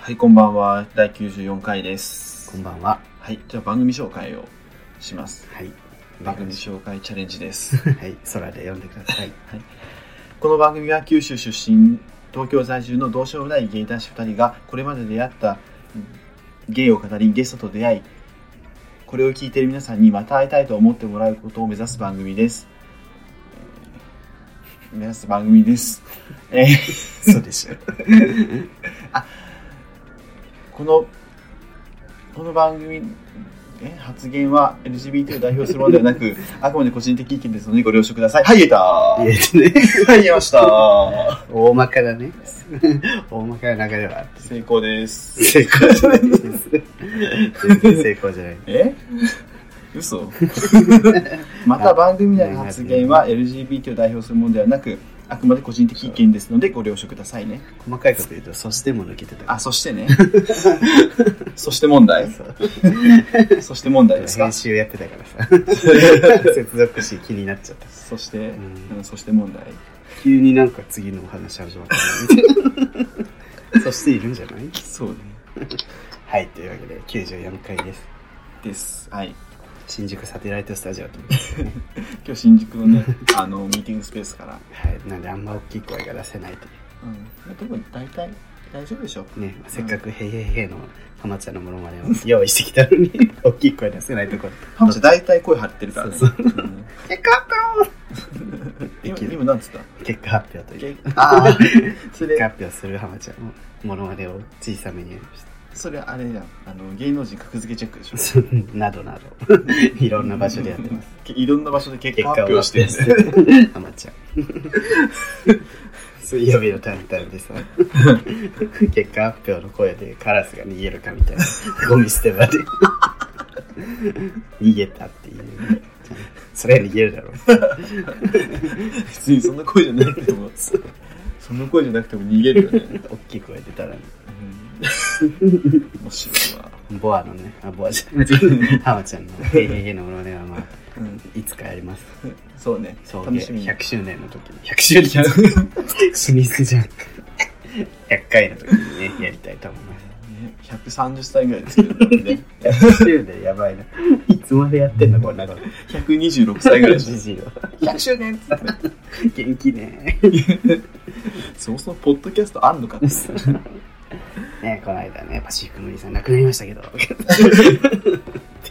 はい、こんばんは。第94回です。こんばんは。はい、じゃあ番組紹介をします。はい。番組紹介チャレンジです。はい。空で読んでください。この番組は九州出身、東京在住のどうしようもないゲイ男子2人が、これまで出会ったゲイを語り、ゲストと出会い、これを聞いている皆さんにまた会いたいと思ってもらうことを目指す番組です。目指す番組です。えーそうでしょ。このこの番組え発言は LGBT を代表するものではな くあくまで個人的意見ですのでご了承くださいはい言えたは言えてね。い言えました大まかなね。大まかな流れはあって。成功です成功じゃないです。全然成功じゃない。え 嘘また番組内の発言は LGBT を代表するものではなくあくまで個人的意見ですのでご了承くださいね細かいこと言うと、そしても抜けてた。あそして ねそして問題そう。そして問題ですか編集やってたからさ。接続詞気になっちゃった。そして、んうんそして問題急になんか次のお話始まったな そしているんじゃないそうねはい。というわけで、94回です。ですはい新宿サテライトスタジオ と。今日新宿の ねあのミーティングスペースから、はい。なんで、あんま大きい声が出せないという。うん、でも大体大丈夫でしょね、せっかく「へいへいへい」の浜ちゃんのものまねを用意してきたの に大きい声出せないところハムちゃん大体声張ってるからねそううん結果今今なんつった結果発表というああ そ結果れ発表する浜ちゃんのものまねを小さめにやりましそれあれじゃんあの芸能人格付けチェックでしょたそうなどなどいろんな場所でやってますけいろんな場所で結結果果を発発表表してるねしてる浜ちゃん 水曜日のタイムタイムでさ 結果発表の声でカラスが逃げるかみたいなゴミ捨て 場で逃げたっていうそれは逃げるだろう普通にそんな声じゃなくてもそんな声じゃなくても逃げるよね、大きい声出たらねうん、面白いわ、ボアのね、あ、ボアじゃ ない。ハマちゃんの、へいへいへいのものでは、まあ、うん、いつかやります。そうねそう、楽しみに100周年の時に。100周年の 時に。清水じゃん。100回の時にね、やりたいと思います。ね130歳ぐらいですけどね100周年やばいな。いつまでやってんの、こんなこと。 126歳ぐらいでしょじじいは。 100周年っつって元気 ね。そもそもポッドキャストあんのかってね、この間ね、パシフィックのりさん亡くなりました けど。っ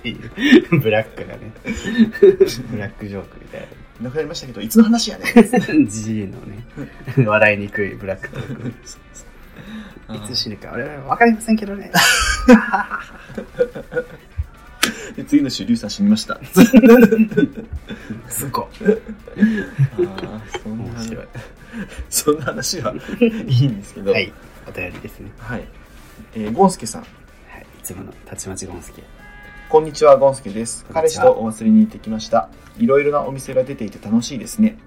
ていう、ブラックがね、ブラックジョークみたいな。なくなりましたけどいつの話やねじじいのね、笑いにくいブラックトーク。いつ死ぬか、俺は分かりませんけどね。で次の主流さん死にましたあすごーそんな面白い。そんな話はいいんですけどはい、お便りですね。はい、えーゴンスケさんはい、いつものたちまちゴンスケ。こんにちはゴンスケですこん彼にち氏はとお祭りに行ってきましたいろいろなお店が出ていて楽しいですね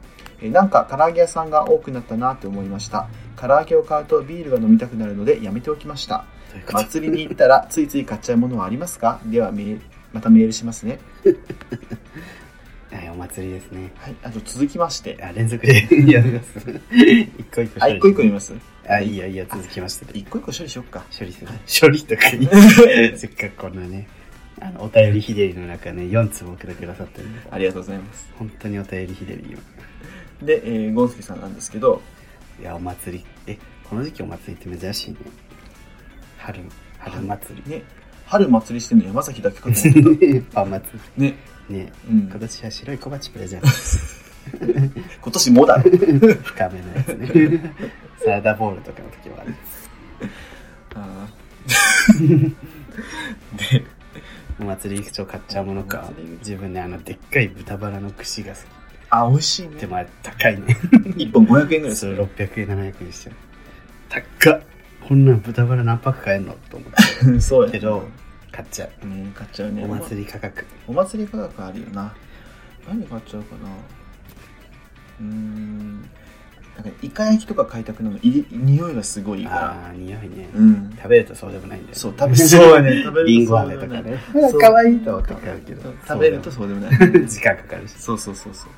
えーなんか唐揚げ屋さんが多くなったなって思いました唐揚げを買うとビールが飲みたくなるのでやめておきましたということで、祭りに行ったらついつい買っちゃうものはありますかではメールまたメールしますねはい、お祭りですね。はいあと続きましてあ、連続でやります。一個一個あ処理一個一個し言いますてあ、いいよいいよ、続きまして。一個一個処理しよっか処理 する。処理とかいい せっかくこんなね、あの、お便り日照りの中ね、4つ僕でくださってるんで、 ありがとうございます本当にお便り日照りよ。で、えーゴンスケさんなんですけどいや、お祭り、え、この時期お祭りって珍しいね。春、春祭ね春祭りしてんの山崎だけかと思 ったり。パン祭ね、り。ねうん今、年は白い小鉢プレゼン今年もだろト。深めのやつ ね。サラダボールとかの時はある。あお祭り口を買っちゃうものおか祭り。自分ね、あの、でっかい豚バラの串が好き。ーあ美味しいねでもあれ高いね。 1本500円ぐらいすそるれ600円、700円しちゃう。高っこんなん豚バラ何パック買えんのと思っ たそうやけど、買っちゃう。うん買っちゃうねお祭り価格。お祭り価格あるよな何買っちゃうかなうーんなんかイカ焼きとか買いたくなるのい匂いがすごいからああ、匂いね。うん食べるとそうでもないんだよね。そう食べそうやね食べるとリンゴ飴とかね。可愛いと思って買うけど。食べるとそそうでもない、うだよ ね時間かかるし。そうそうそうそう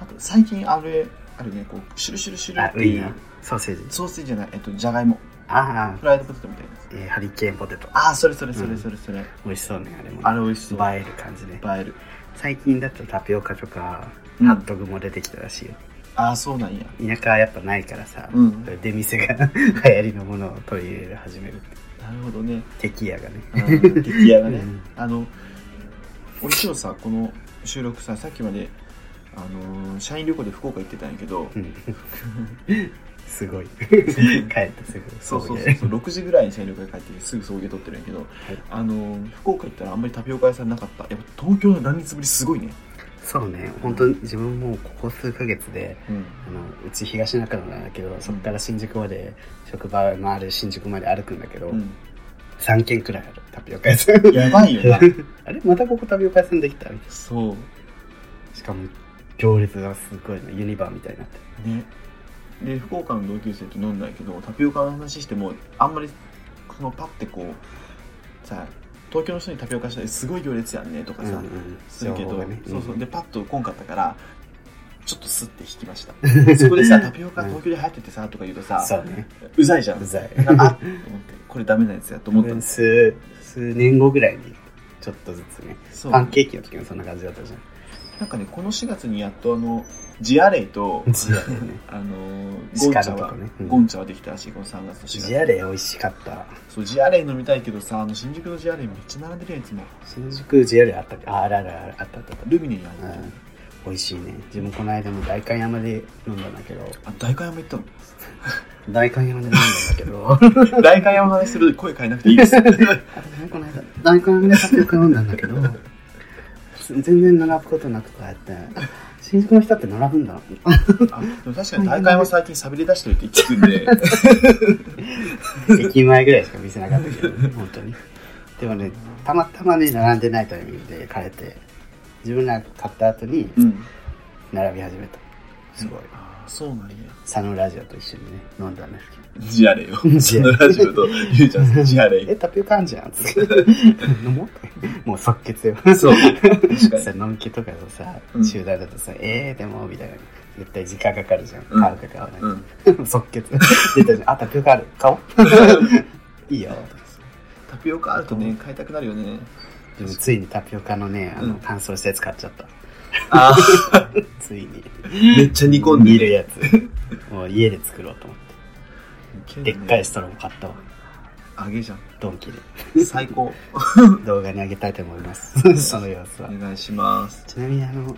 あと最近あれあるねこうシュルシュルシュルあっ、てウイいンナーう。ソーセージ。ソーセージじゃないえっとじゃがいもあフライドポテトみたいなやつあ、えーハリケーンポテトああそれそれそれそれそれ、美味しそうねあれもあねれ美味しそう映映える感じでえる最近だとタピオカとかうんハットグも出てきたらしいよ、ああそうなんや田舎はやっぱないからさ、うん出店が 流行りのものを取り入れ始めるなるほどね敵屋がね出来屋がね、うんあの俺今日さこの収録ささっきまであのー社員旅行で福岡行ってたんやけど、うん すごい帰ってすぐそうそうそうそう6時ぐらいに社員旅行で帰ってすぐ送迎取ってるんやけど、あのー福岡行ったらあんまりタピオカ屋さんなかったやっぱ東京の乱立ぶりすごいねそうね本当に自分もここ数ヶ月でうんあのうち東中野なんだけどそっから新宿まで職場回る新宿まで歩くんだけど、3軒くらいあるタピオカ屋さんやばいよな あれまたここタピオカ屋さんできたみたいそなしかも行列がすごいのユニバーみたいになってうねで福岡の同級生と飲んだんやけどタピオカの話してもあんまりそのパッてこうさ東京の人にタピオカしたらすごい行列やんねとかさ、するけ情報ど、がねそうそううんでパッと来んかったからちょっとスッて引きま したそこでさタピオカうん東京で流行っててさとか言うとさ、そうねうざいじゃんうざいあ っと思ってこれダメなやつやと思ったんです数数年後ぐらいにちょっとずつねそうパンケーキの時もそんな感じだったじゃなんかねこの4月にやっとあのジアレイとんジアレイねあのゴンシチカャのとは、こねうんゴンチャはできたらしいこの3月と4月ジアレイ美味しかったそうジアレイ飲みたいけどさあの新宿のジアレイめっちゃ並んでるやつも新宿ジアレイあったっけああららあらあったあったあったルミネにある、うん美味しいね自分この間も代官山で飲んだんだけどあ代官山行った代官山で飲んだんだけどあの代官山の話すると声変えなくていいです 自分この間代官山でタピオカ飲んだんだけど全然並ぶことなくこうやって新宿の人って並ぶんだあでも確かに大会も最近さびれ出してるって聞くんで駅前ぐらいしか見せなかったけどね本当にでもねたまたまね並んでないタイミングで買えて自分ら買った後にうん並び始めたすごいあそうなんや佐野ラジオと一緒にね飲んだんですけどジアレイをそジアレイのラジオとゆうちゃんさんジアレえ、イタピオカあんじゃん。つって飲もうってもう即決よ。そう。確かにさ、のんきとかのさう、ん集団だとさ、えー、でも、みたいな。絶対時間かかるじゃん。うん買うか買わないか。うん 即決。出たじゃん。あ、タピオカある。買おう。 いいよ。タピオカあるとね買いたくなるよねでも、ついにタピオカのね、あうの、ん乾燥したやつ買っちゃった。あついに。 めっちゃ煮込んで煮るや つ。もう家で作ろうと思って。でっかいストローも買ったわ。揚げじゃドンキで。 ん最高動画にあげたいと思います。 その様子おは。願いしますちなみにあの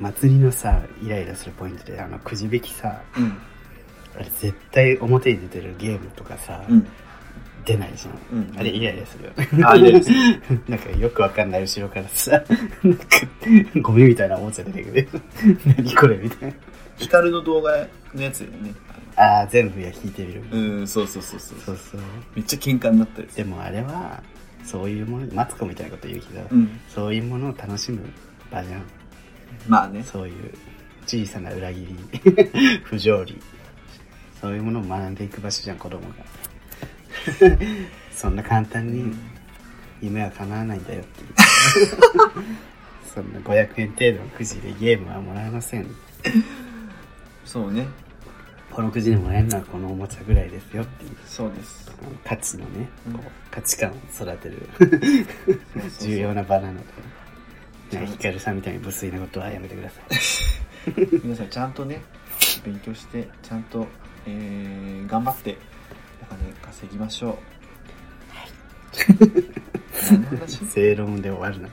祭りのさイライラするポイントであのくじ引きさうんあれ絶対表に出てるゲームとかさ、うん出ないじゃん、うんあれイライラするよあイライラすね なんかよくわかんない後ろからさなんかゴミみたいなおもちゃ出てくる何これみたいヒカルの動画のやつよねなあー全部や引いてみる、うんそうそうそうそうそうそうめっちゃ喧嘩になったやつでもあれはそういうものマツコみたいなこと言うけど、うんそういうものを楽しむ場じゃんまあねそういう小さな裏切り 不条理そういうものを学んでいく場所じゃん子供が そんな簡単に夢は叶わないんだよっていう そんな500円程度のくじでゲームはもらえませんそうねこのくじでもらえるのはこのおもちゃぐらいですよっていうそうですあの価値のね、うんこう価値観を育て るそうそうそう重要な場なので、そうね、ヒカルさんみたいに無粋なことはやめてくださ い皆さんちゃんとね勉強してちゃんと、えー頑張ってお金稼ぎましょう何の話正論で終わるな、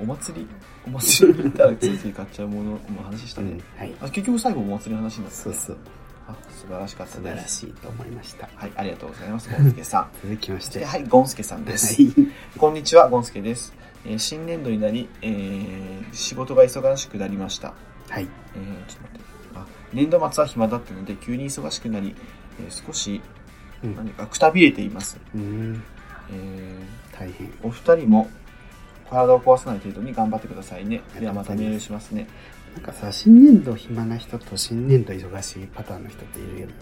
お祭りお祭りに行ったらついつい買っちゃうものも話したうねん、、はいあ結局最後お祭りの話になったねそうそうあ素晴らしかった素で晴らすしいと思いましたはいありがとうございますゴンスケさん続きましそしててははいゴンスケさんです いこんにちは、ゴンスケです。えー新年度になり、えー仕事が忙しくなりました。はいえーちょっと待って。あ、年度末は暇だったので、急に忙しくなり、えー少しうん何かくたびれています。うーんえー大変お二人も体を壊さない程度に頑張ってくださいね。ではまたメールしますね。なんかさ新年度暇な人と新年度忙しいパターンの人っているよね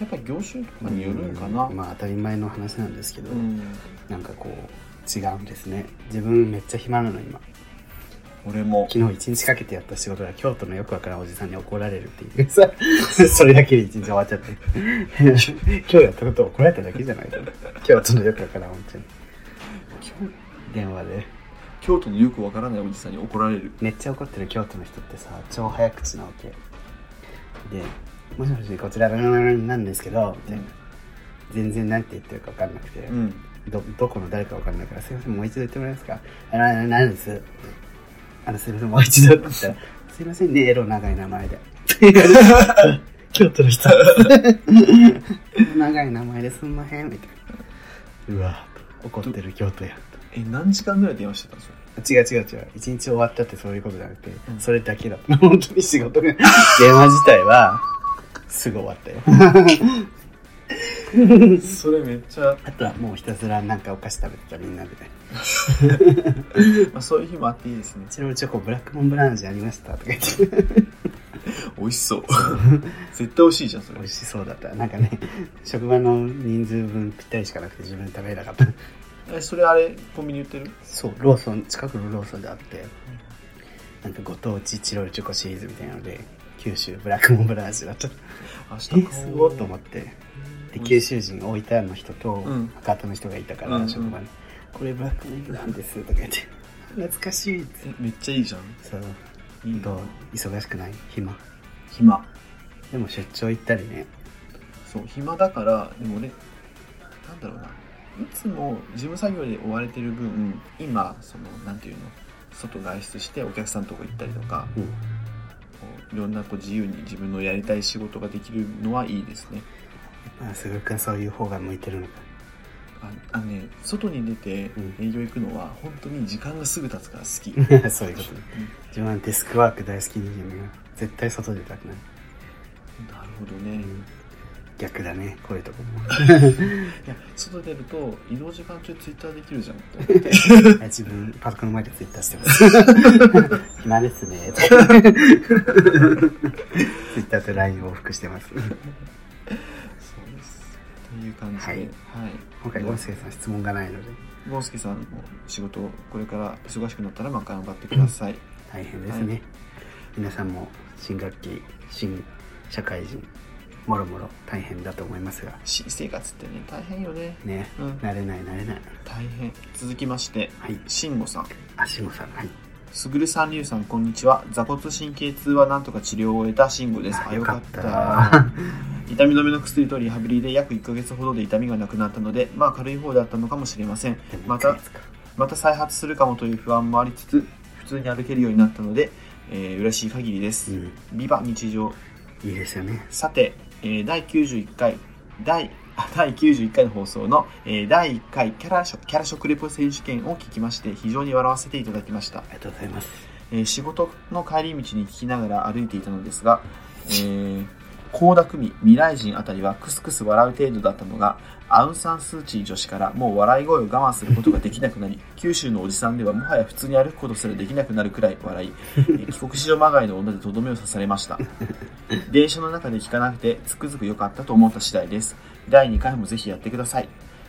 やっぱり業種とかによるんかな。まあ当たり前の話なんですけど、うん。なんかこう違うんですね自分めっちゃ暇なの今俺も昨日一日かけてやった仕事が京都のよくわからんおじさんに怒られるっていうさ それだけで一日終わっちゃって 今日やったことを怒られただけじゃないと京都のよくわからんおじさんに電話で京都のよくわからないおじさんに怒られるめっちゃ怒ってる京都の人ってさ超早口なわけで「もしもしこちらなんですけど」みたいな全然なんて言ってるか分かんなくて、うんどどこの誰か分かんないから「すいませんもう一度言ってもらえますか?」あ「なななんです?」あの「すいませんもう一度」って言ったら 「すいませんねエロ長い名前で」 京都の人 長い名前ですんまへんみたいなうわ怒ってる京都やえ何時間ぐらい電話してたんですか違う違う違う一日終わったってそういうことじゃなくて、それだけだ った本当に仕事が電話自体はすぐ終わったよ それめっちゃ、あとはもうひたすらなんかお菓子食べてたみんなでまあ、そういう日もあっていいですね「チロルチョコブラックモンブランジありました」とか言って美味し そう絶対美味しいじゃんそれ美味しそうだったなんかね 職場の人数分ぴったりしかなくて自分で食べれなかったえそれあれコンビニ売ってるそうローソン近くのローソンであってなんかご当地チロルチョコシリーズみたいなので九州ブラックモンブランジだった明日えーすごいと思ってで美九味し州人大分の人とうん博多の人がいたから、うんうん職場に「これブラックモンブランです」とか言って「懐かしい」っていえめっちゃいいじゃんそういいどう忙しくない暇暇でも出張行ったりねそう暇だからでも俺なんだろうないつも事務作業で追われてる分今そのなんていうの外外出してお客さんのとこ行ったりとかうんこういろんなこう自由に自分のやりたい仕事ができるのはいいですねまあすごくそういう方が向いてるのかああのね外に出てうん営業行くのは本当に時間がすぐ経つから好き そういうことね自分はデスクワーク大好き人間が絶対外出たくない、なるほどね、い逆だねこういうとこ もや外出ると移動時間中ツイッターできるじゃんって思って自分パソコンの前でツイッターしてます 暇ですね ツイッターと LINE を往復してますそうですという感じでははいい今回ゴンスケさん質問がないのでゴンスケさんも仕事これから忙しくなったらまあ頑張ってください大変ですね、皆さんも新学期新社会人もろもろ大変だと思いますが新生活ってね大変よねね、うん慣れない慣れない大変続きましてはい慎吾さんあしもさんはいすぐるさんりゅうさんこんにちは座骨神経痛はなんとか治療を終えた慎吾ですああよかったよかっ 痛み止めの薬とリハビリで約1ヶ月ほどで痛みがなくなったのでまあ軽い方だったのかもしれませんでもまたいつかまた再発するかもという不安もありつつ普通に歩けるようになったので、えー、嬉しい限りでうす、んビバ日常いいですよねさて、えー第91回第あ第91回の放送の、えー第1回キャラしょキャラ食レポ選手権を聞きまして非常に笑わせていただきましたあ、りがとうございますえー仕事の帰り道に聞きながら歩いていたのですがえー倖田來未未来人あたりはクスクス笑う程度だったのがアウン・サン・スー・チー女子からもう笑い声を我慢することができなくなり九州のおじさんではもはや普通に歩くことすらできなくなるくらい笑い、えー帰国子女まがいの女でとどめを刺されました電車の中で聞かなくてつくづく良かったと思った次第です第2回もぜひやってください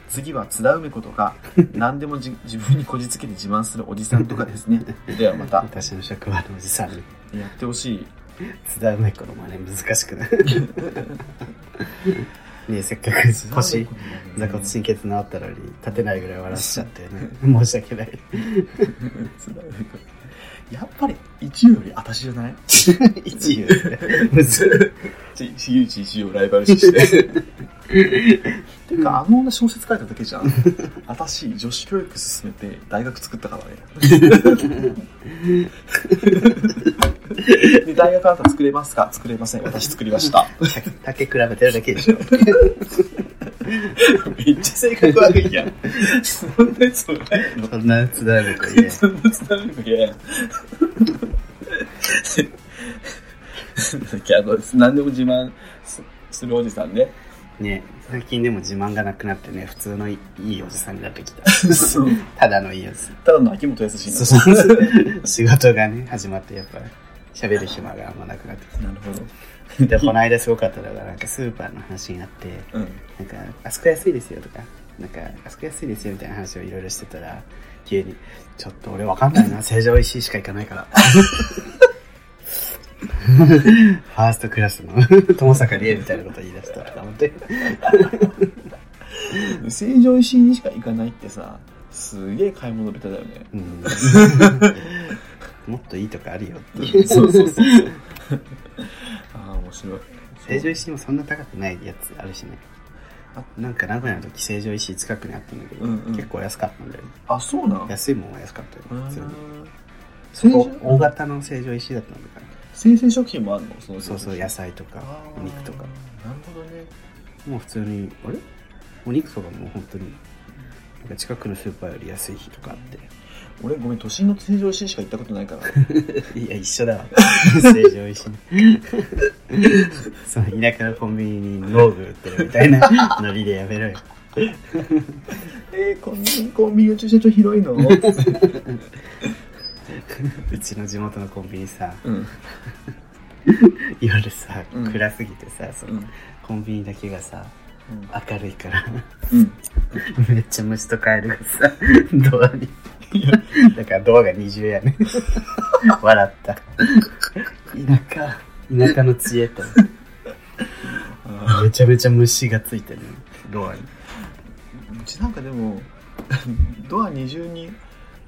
次は津田梅子とか何でもじ自分にこじつけて自慢するおじさんとかですねではまた私の職場のおじさんにやってほしい津田梅子の真似難しくないねえせっかく腰座骨神経痛治ったのに立てないぐらい笑っちゃってね申し訳ない 津田梅子やっぱり一位より私じゃない一遊むずち一位一位一位をライバル視してていうかあの女小説書いただけじゃん私女子教育進めて大学作ったからねで大学あなた作れますか作れません私作りました竹比べてるだけでしょ めっちゃ性格悪いや んそんなやつもないのそんな津田梅子いねそんなつながりやなんかあの何でも自慢すするおじさんねね最近でも自慢がなくなってね普通のいいおじさんになってきたそうただのいいおじさんただの秋元康そうのそうそう 仕事がね始まってやっぱ喋る暇があんまなくなってきなるほどたでこの間すごかったのがなんかスーパーの話になってうんなんかあそこ安いですよとかなんかあそこ安いですよみたいな話をいろいろしてたら芸に。ちょっと俺わかんないな。成城石井しか行かないから。ファーストクラスの友坂理恵みたいなこと言い出したら、本当に。成城石井にしか行かないってさすげえ買い物下手だよねうん。もっといいとこあるよってい。そううそうそうそうああ面白い成城石井もそんな高くないやつあるしねあ。なんか名古屋の時成城石井近くにあったんだけど、うんうん結構安かったんだよね。あそうなん安いもんは安かったよ、普通に。そ成こ城、大型の成城石井だったんだから。生鮮食品もあるのそのそうそう、野菜とかあ、ーお肉とか。なるほどねもう普通に、あれお肉とかもう本当に、なんか近くのスーパーより安い日とかあっ俺ごめん都心の成城石井しか行ったことないからて。 いや、一緒だわ。成城石井。 その田舎のコンビニに農具売ってるみたい なノリでやめろよ。えー、コンビニコンビニの駐車場広いのうちの地元のコンビニさ、うん夜さ、うん暗すぎてさ、そのうんコンビニだけがさ、うん明るいから、うん めっちゃ虫とカエルがさ、 ドアに。だからドアが二重や ね。笑った。田舎、田舎の知恵と。あめちゃめちゃ虫がついてるね。ドアに。ーうちなんかでもドア二重に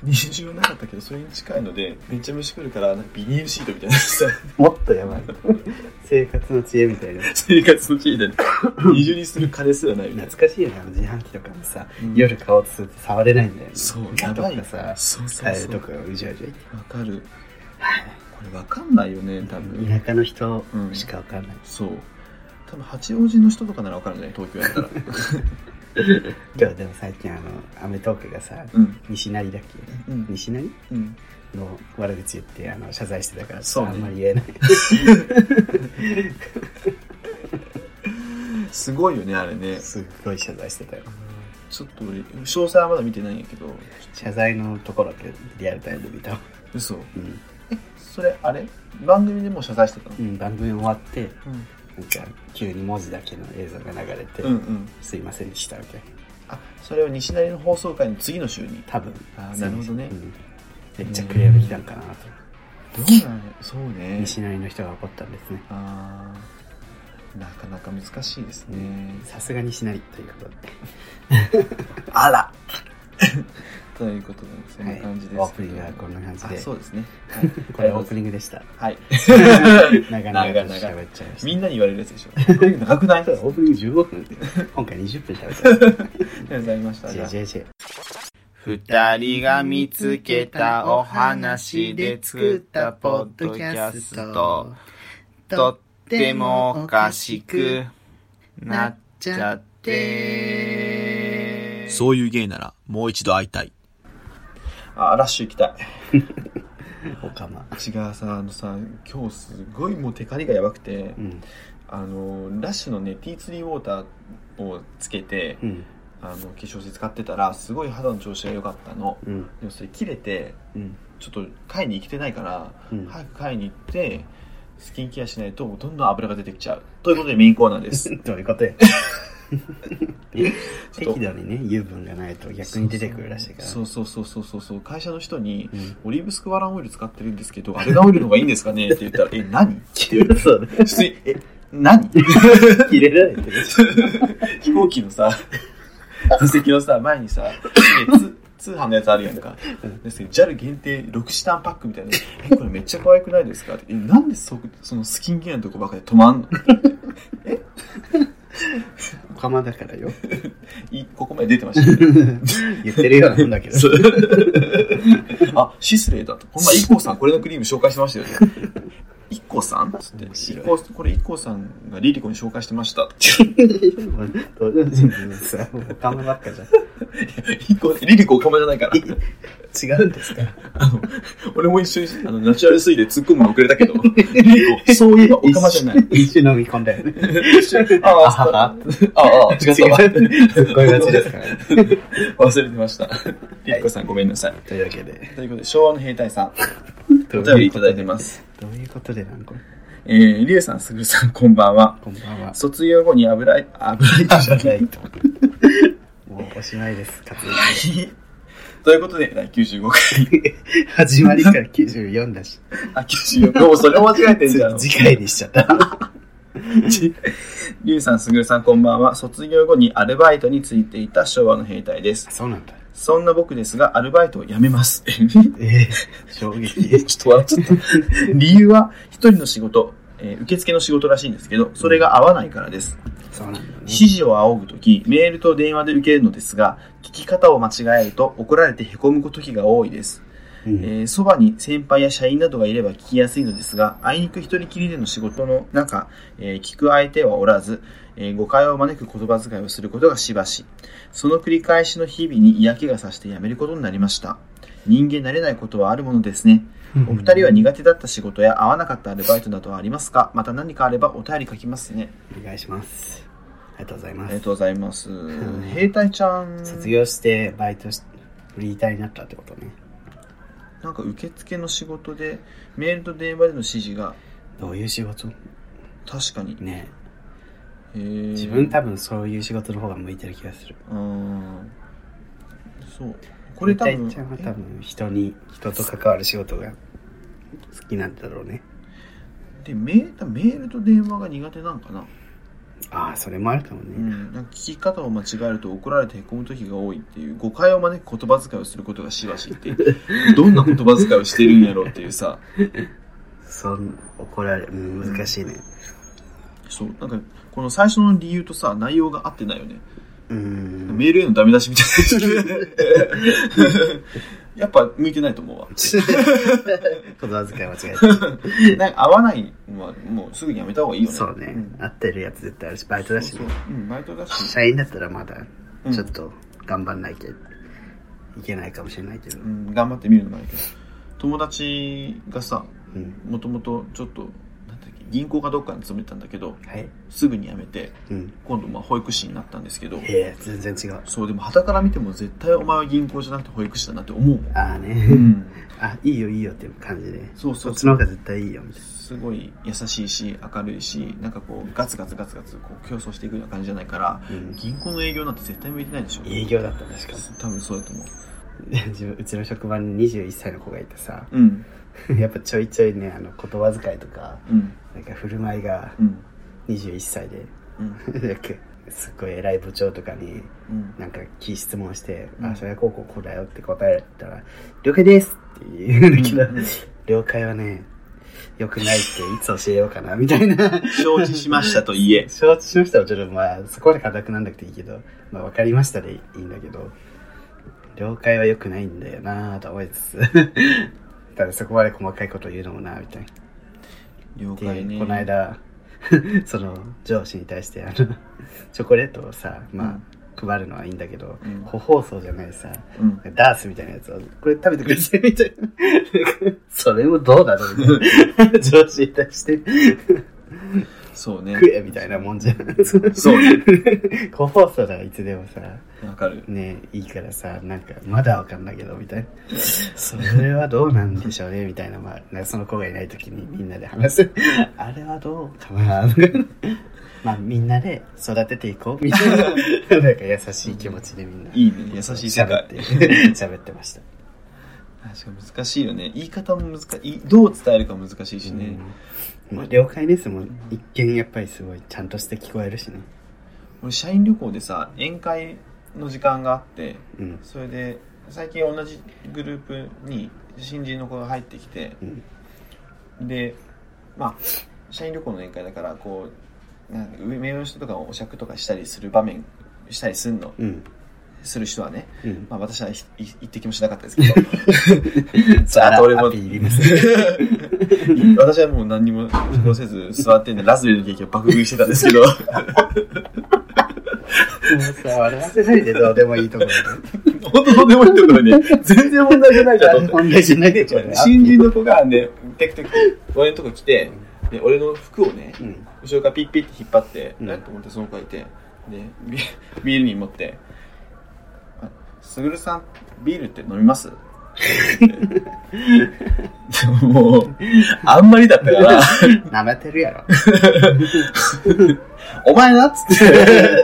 二重なかったけどそれに近いのでめっちゃ虫来るからなんかビニールシートみたいなさもっとやばい。生活の知恵みたいな。生活のシートに二重にする金すらないみたいな懐かしいよね、あの自販機とかもさ、うん夜買おうとすると触れないんだよね。そう蚊やとばいかさ、そうそカうエルそとうかがうじゃうじゃいて。わかるこれわかんないよね多分田舎の人しかわかんない。そう多分八王子の人とかならわかるね東京やったら今日でも最近あの、アメトークがさ、うん西成だっうけん西成うんの悪口言ってあの謝罪してたからそうねあんまり言えないすごいよねあれねすっごい謝罪してたよちょっと俺詳細はまだ見てないんやけど謝罪のところだけリアルタイムで見たわ嘘うん、それあれ番組でもう謝罪してたのうん、番組終わってうんなんか急に文字だけの映像が流れて、うんうんすいませんでしたみたいなあそれを西成の放送回の次の週に多分あーなるほどねうんめっちゃクレーム来たんかなと、どうなんやそうね西成の人が怒ったんですねあーなかなか難しいですねさすが西成という ことであら ということでそんな感じですけど、はいオープニングはこんな感じであそうですね、はい、これオープニングでしたはい。 長々と喋っちゃいましたみんなに言われるやつでしょ。 長くないありがとオープニング15分今回20分喋っちゃいましたうございました。じゃあ JJJ 二人が見つけたお話で作ったポッドキャスト。とってもおかしくなっちゃって。そういう芸ならもう一度会いたい。あ、ラッシュ行きたい。おかま違うさ、あのさ、今日すごいもうテカリがやばくてう、んあの、ラッシュのね、ティーツリーウォーターをつけて、うんあの、化粧水使ってたら、すごい肌の調子が良かったの。うんでもそれ切れて、うんちょっと買いに行けてないから、うん早く買いに行って、スキンケアしないとどんどん油が出てきちゃう。ということでメインコーナーです。どういうことやちょっと適度にね油分がないと逆に出てくるらしいからそうそうそうそうそうそう会社の人にうんオリーブスクワランオイル使ってるんですけどアルガンオイルの方がいいんですかねって言ったらえ何そうね普通にえ何 切れられてる飛行機のさ座席のさ前にさ、ね、通通販のやつあるやんかですけど JAL 限定6シタンパックみたいなえこれめっちゃ可愛くないですかってえなんでそそのスキンケアのとこばっかり止まんのおかまだからよいここまで出てましたけど言ってるようなもんだけどそうあシスレーだとこの前 IKKO さんこれのクリーム紹介してましたよね IKKO さんつって面白い IKKO これ IKKO さんがリリコに紹介してましたってもう登場人物さおかまばっかじゃんリリコおかまじゃないから。違うんですかあの、俺も一緒に、あの、ナチュラル水で突っ込むの遅れたけど、リリコ、そういえばおかまじゃない。一緒に飲み込んだよね一緒にあああ、あはあ、違ったわ。すっごいがちですからね忘れてました。リリコさんごめんなさい。というわけでという ことで、昭和の兵隊さん、どおう便りいういこたとだいでてます。どういうことでなんかえー、リエさん、すぐるさん、こんばんは。こんばんは卒業後に油絵、油絵じゃない。もうおしまいです活動はいということで、第95回。始まりから94だし。 あ、94。もうそれ間違えてんじゃん。次回にしちゃった。リュウさん、すぐるさん、こんばんは。卒業後にアルバイトについていた昭和の兵隊です。そうなんだ。そんな僕ですが、アルバイトを辞めます。ええ衝 撃。えちょっと笑っちゃった。 理由は、一人の仕事、えー受付の仕事らしいんですけど、それが合わないからです。そうなんだね。指示を仰ぐとき、メールと電話で受けるのですが、聞き方を間違えると怒られて凹む時が多いです。うんえーそばに先輩や社員などがいれば聞きやすいのですが、あいにく一人きりでの仕事の中、えー聞く相手はおらず、えー誤解を招く言葉遣いをすることがしばし、その繰り返しの日々に嫌気がさしてやめることになりました。人間慣れないことはあるものですね。お二人は苦手だった仕事や合わなかったアルバイトなどはありますかまた何かあればお便り書きますね。お願いします。ありがとうございあまりがす。とうござい ますん。兵隊ちゃん、卒業して、バイトし、フリーターになったってことね。なんか受付の仕事で、メールと電話での指示がどういう仕事確かに。ねへー自分多分そういう仕事の方が向いてる気がする。うん。そう。これ多ゆ分うたいちゃんは多分人に、人と関わる仕事が好きなんだろうね。でメー多分メールと電話が苦手なんかな。ああ、それもあるかもうね。ん。なんか聞き方を間違えると怒られてへこむ時が多いっていう、誤解を招く言葉遣いをすることがしばしって、 どんな言葉遣いをしてるんやろうっていうさ、そん怒られる、うん、難しいね。そう。なんか、この最初の理由とさ、内容が合ってないよね。う ん。メールへのダメ出しみたいな。 やっぱ向いてないと 思うわ。言葉遣い間違えなんか合わないのはもうすぐにやめた方がいいよた。ね。そうねん。合ってるやつ絶対あるし、バイトだしそうねそう。うん、バイトだし。社員だったらまだうんちょっと頑張んないけど、いけないかもしれないけどう。ん、頑張ってみるのもあるけど。友達がさ、うん。もともとちょっと、なんだっけ、銀行かどっかに勤めてたんだけど、はい。すぐに辞めて、うん。今度まあ保育士になったんですけど、へえ、全然違う。そう、でも旗から見ても絶対お前は銀行じゃなくて保育士だなって思うもん。ああうね。ん、 あ、いいよいいよっていう感じで。そうそそうっちの方が絶対いいよみたいすごい優しいし明るいしなんかこうガツガツガツガツこう競争していくような感じじゃないからな。うん。銀行の営業なんて絶対向いてないでしょ営業だったんですか多分そうだと思うで 自分うちの職場に21歳の子がいてさ うんやっぱちょいちょいねあの言葉遣いとかうんなんか振る舞いがうん21歳でうんなんかすっごい偉い部長とかにうんなんか聞い質問して「うんあそれはこうこうこうだよ」って答えたら「了解です!」って言うんだけど、うん了解はね良くないっていつ教えようかなみたいな承知しましたと 言え承知しましたはちょっとまあそこまで固くなんなくていいけど、まあ、分かりましたでいいんだけど了解は良くないんだよなぁと思いつつ ただそこまで細かいこと言うのもなぁみたいな了で、解ねこの間 その上司に対してあのチョコレートをさまあ、配るのはいいんだけど、うん個包装じゃないさうんダースみたいなやつをこれ食べてくださいみたいな それもどうだろうみたいな 上司に対してそうね食えみたいなも んじゃんそうね個包装ならいつでもさわかるねいいからさなんかまだわかんないけどみたいなそれはどうなんでしょうねみたいなまあなんかその子がいない時にみんなで話すあれはどうかなとかまあみんなで育てていこうみたいななんか優しい気持ちでみんないいね優しい世喋界って 喋ってました確かに難しいよね言い方も難しいどう伝えるか難しいしね、うんまあ、了解ですもん一見やっぱりすごいちゃんとして聞こえるしね俺社員旅行でさ宴会の時間があってうんそれで最近同じグループに新人の子が入ってきてうんでまあ社員旅行の宴会だからこうなんか上の人とかをお酌とかしたりする場面したりすんのうんする人はね、うんまあ、私はひい一滴もしなかったですけど さあと俺もアピールいります ね私はもう何にも反応せず座ってんでラズベリーのケーキを爆食いしてたんですけど もうさ笑わせないでどうでもいいところで本当どうでもいいところね全然問題じゃないじゃんと思って問題じゃないでしょうね。新人の子がねテクテク俺のとこ来てで俺の服をねうん。後ろからピッピッて引っ張って、うんえっと思ってその子がいてでビビールに持って「あすぐるさんビールって飲みます?」 でもうあんまりだったから舐めてるやろ。 「お前な」っつって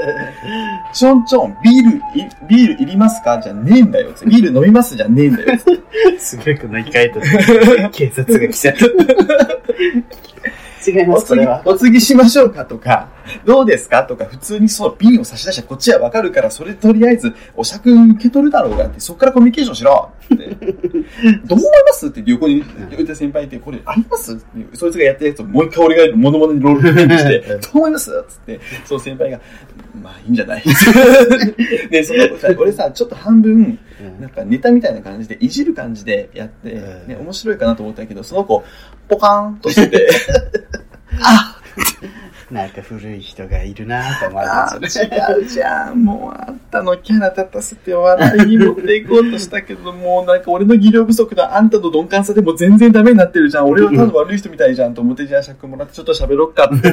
ちょんちょん、ビールい、ビールいりますかじゃねえんだよ。ビール飲みますじゃねえんだよ。 すげえこの一回と 警察が来ちゃった。違いまおす、こ次れは、。お次しましょうかとか、どうですかとか、普通にそう、瓶を差し出したらこっちはわかるから、それとりあえず、お酌受け取るだろうがって、そっからコミュニケーションしろ って。どう思いますって横に置いた先輩って、これありますってそいつがやったやつをもう一回俺がモノマネにロールプレイに して、どう思いますつって、その先輩が、まあいいんじゃない で、そのさ、俺さ、ちょっと半分、なんかネタみたいな感じで、いじる感じでやって、うんね、面白いかなと思ったけど、その子、ポカーンとしてて、あなんか古い人がいるなぁと思われあたんですよー、違うじゃん。もうあんたのキャラ立たせて笑いに持っていこうとしたけど、もうなんか俺の技量不足だ。あんたの鈍感さでも全然ダメになってるじゃん。俺はただ悪い人みたいじゃんと思って、じゃあ尺もらってちょっと喋ろっか って、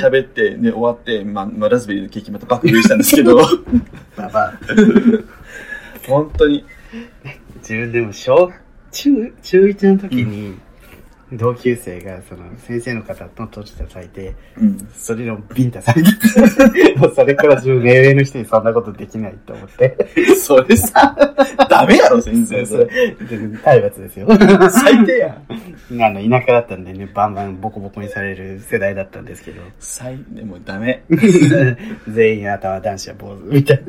喋って、ね、終わって、まあ、まあ、ラズベリーのケーキまた爆食いしたんですけど、ババア本当に。自分でも小、中、中1の時に、同級生が、その、先生の方と閉じたいて、うん。それのビンタされて、もうそれから自分、目上の人にそんなことできないと思って、それさ、ダメやろ、全然それ。体罰で すよ。最低やん。あの、田舎だったんでね、バンバンボコボコにされる世代だったんですけど、 最、でもダメ。全員頭男子は坊主みたい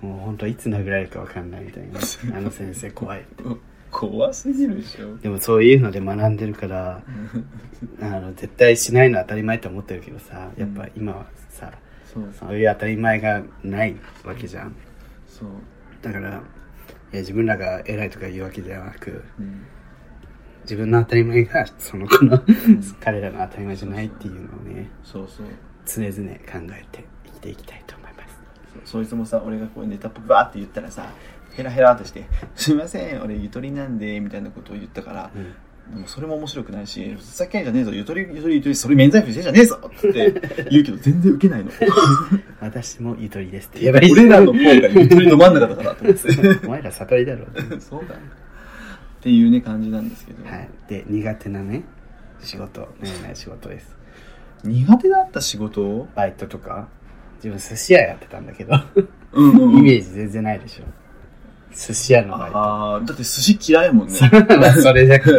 な。もう本当いつ殴られるかわかんないみたいな。あの先生怖い。怖すぎるでしょ。でもそういうので学んでるから、あの、絶対しないの当たり前って思ってるけどさ、やっぱ今はさ、そうそういう当たり前がないわけじゃん。そう。だから、いや自分らが偉いとか言うわけではなく、うん自分の当たり前がその子の、彼らの当たり前じゃないっていうのをね、そうそう。常々考えて生きていきたいと思います。そいつもさ俺がこうネタっぽくバーって言ったらさヘラヘラとして「すいません俺ゆとりなんで」みたいなことを言ったから、もうそれも面白くないし「ふざけんじゃねえぞゆとりゆとりゆとりそれ免罪符してんじゃねえぞ」って 言うけど全然ウケないの私もゆとりですって。俺らの方がゆとりの真ん中だからと思ってお前ら悟りだろ。 そうだよっていうね感じなんですけど、はい。で、苦手なね、仕事、ねない仕事です。苦手だった仕事を、バイトとか、自分寿司屋やってたんだけど、うんうイんうメん、ージ全然ないでしょ。寿司屋のバイ ト。ああだって寿司嫌いもんねそれじゃ、こ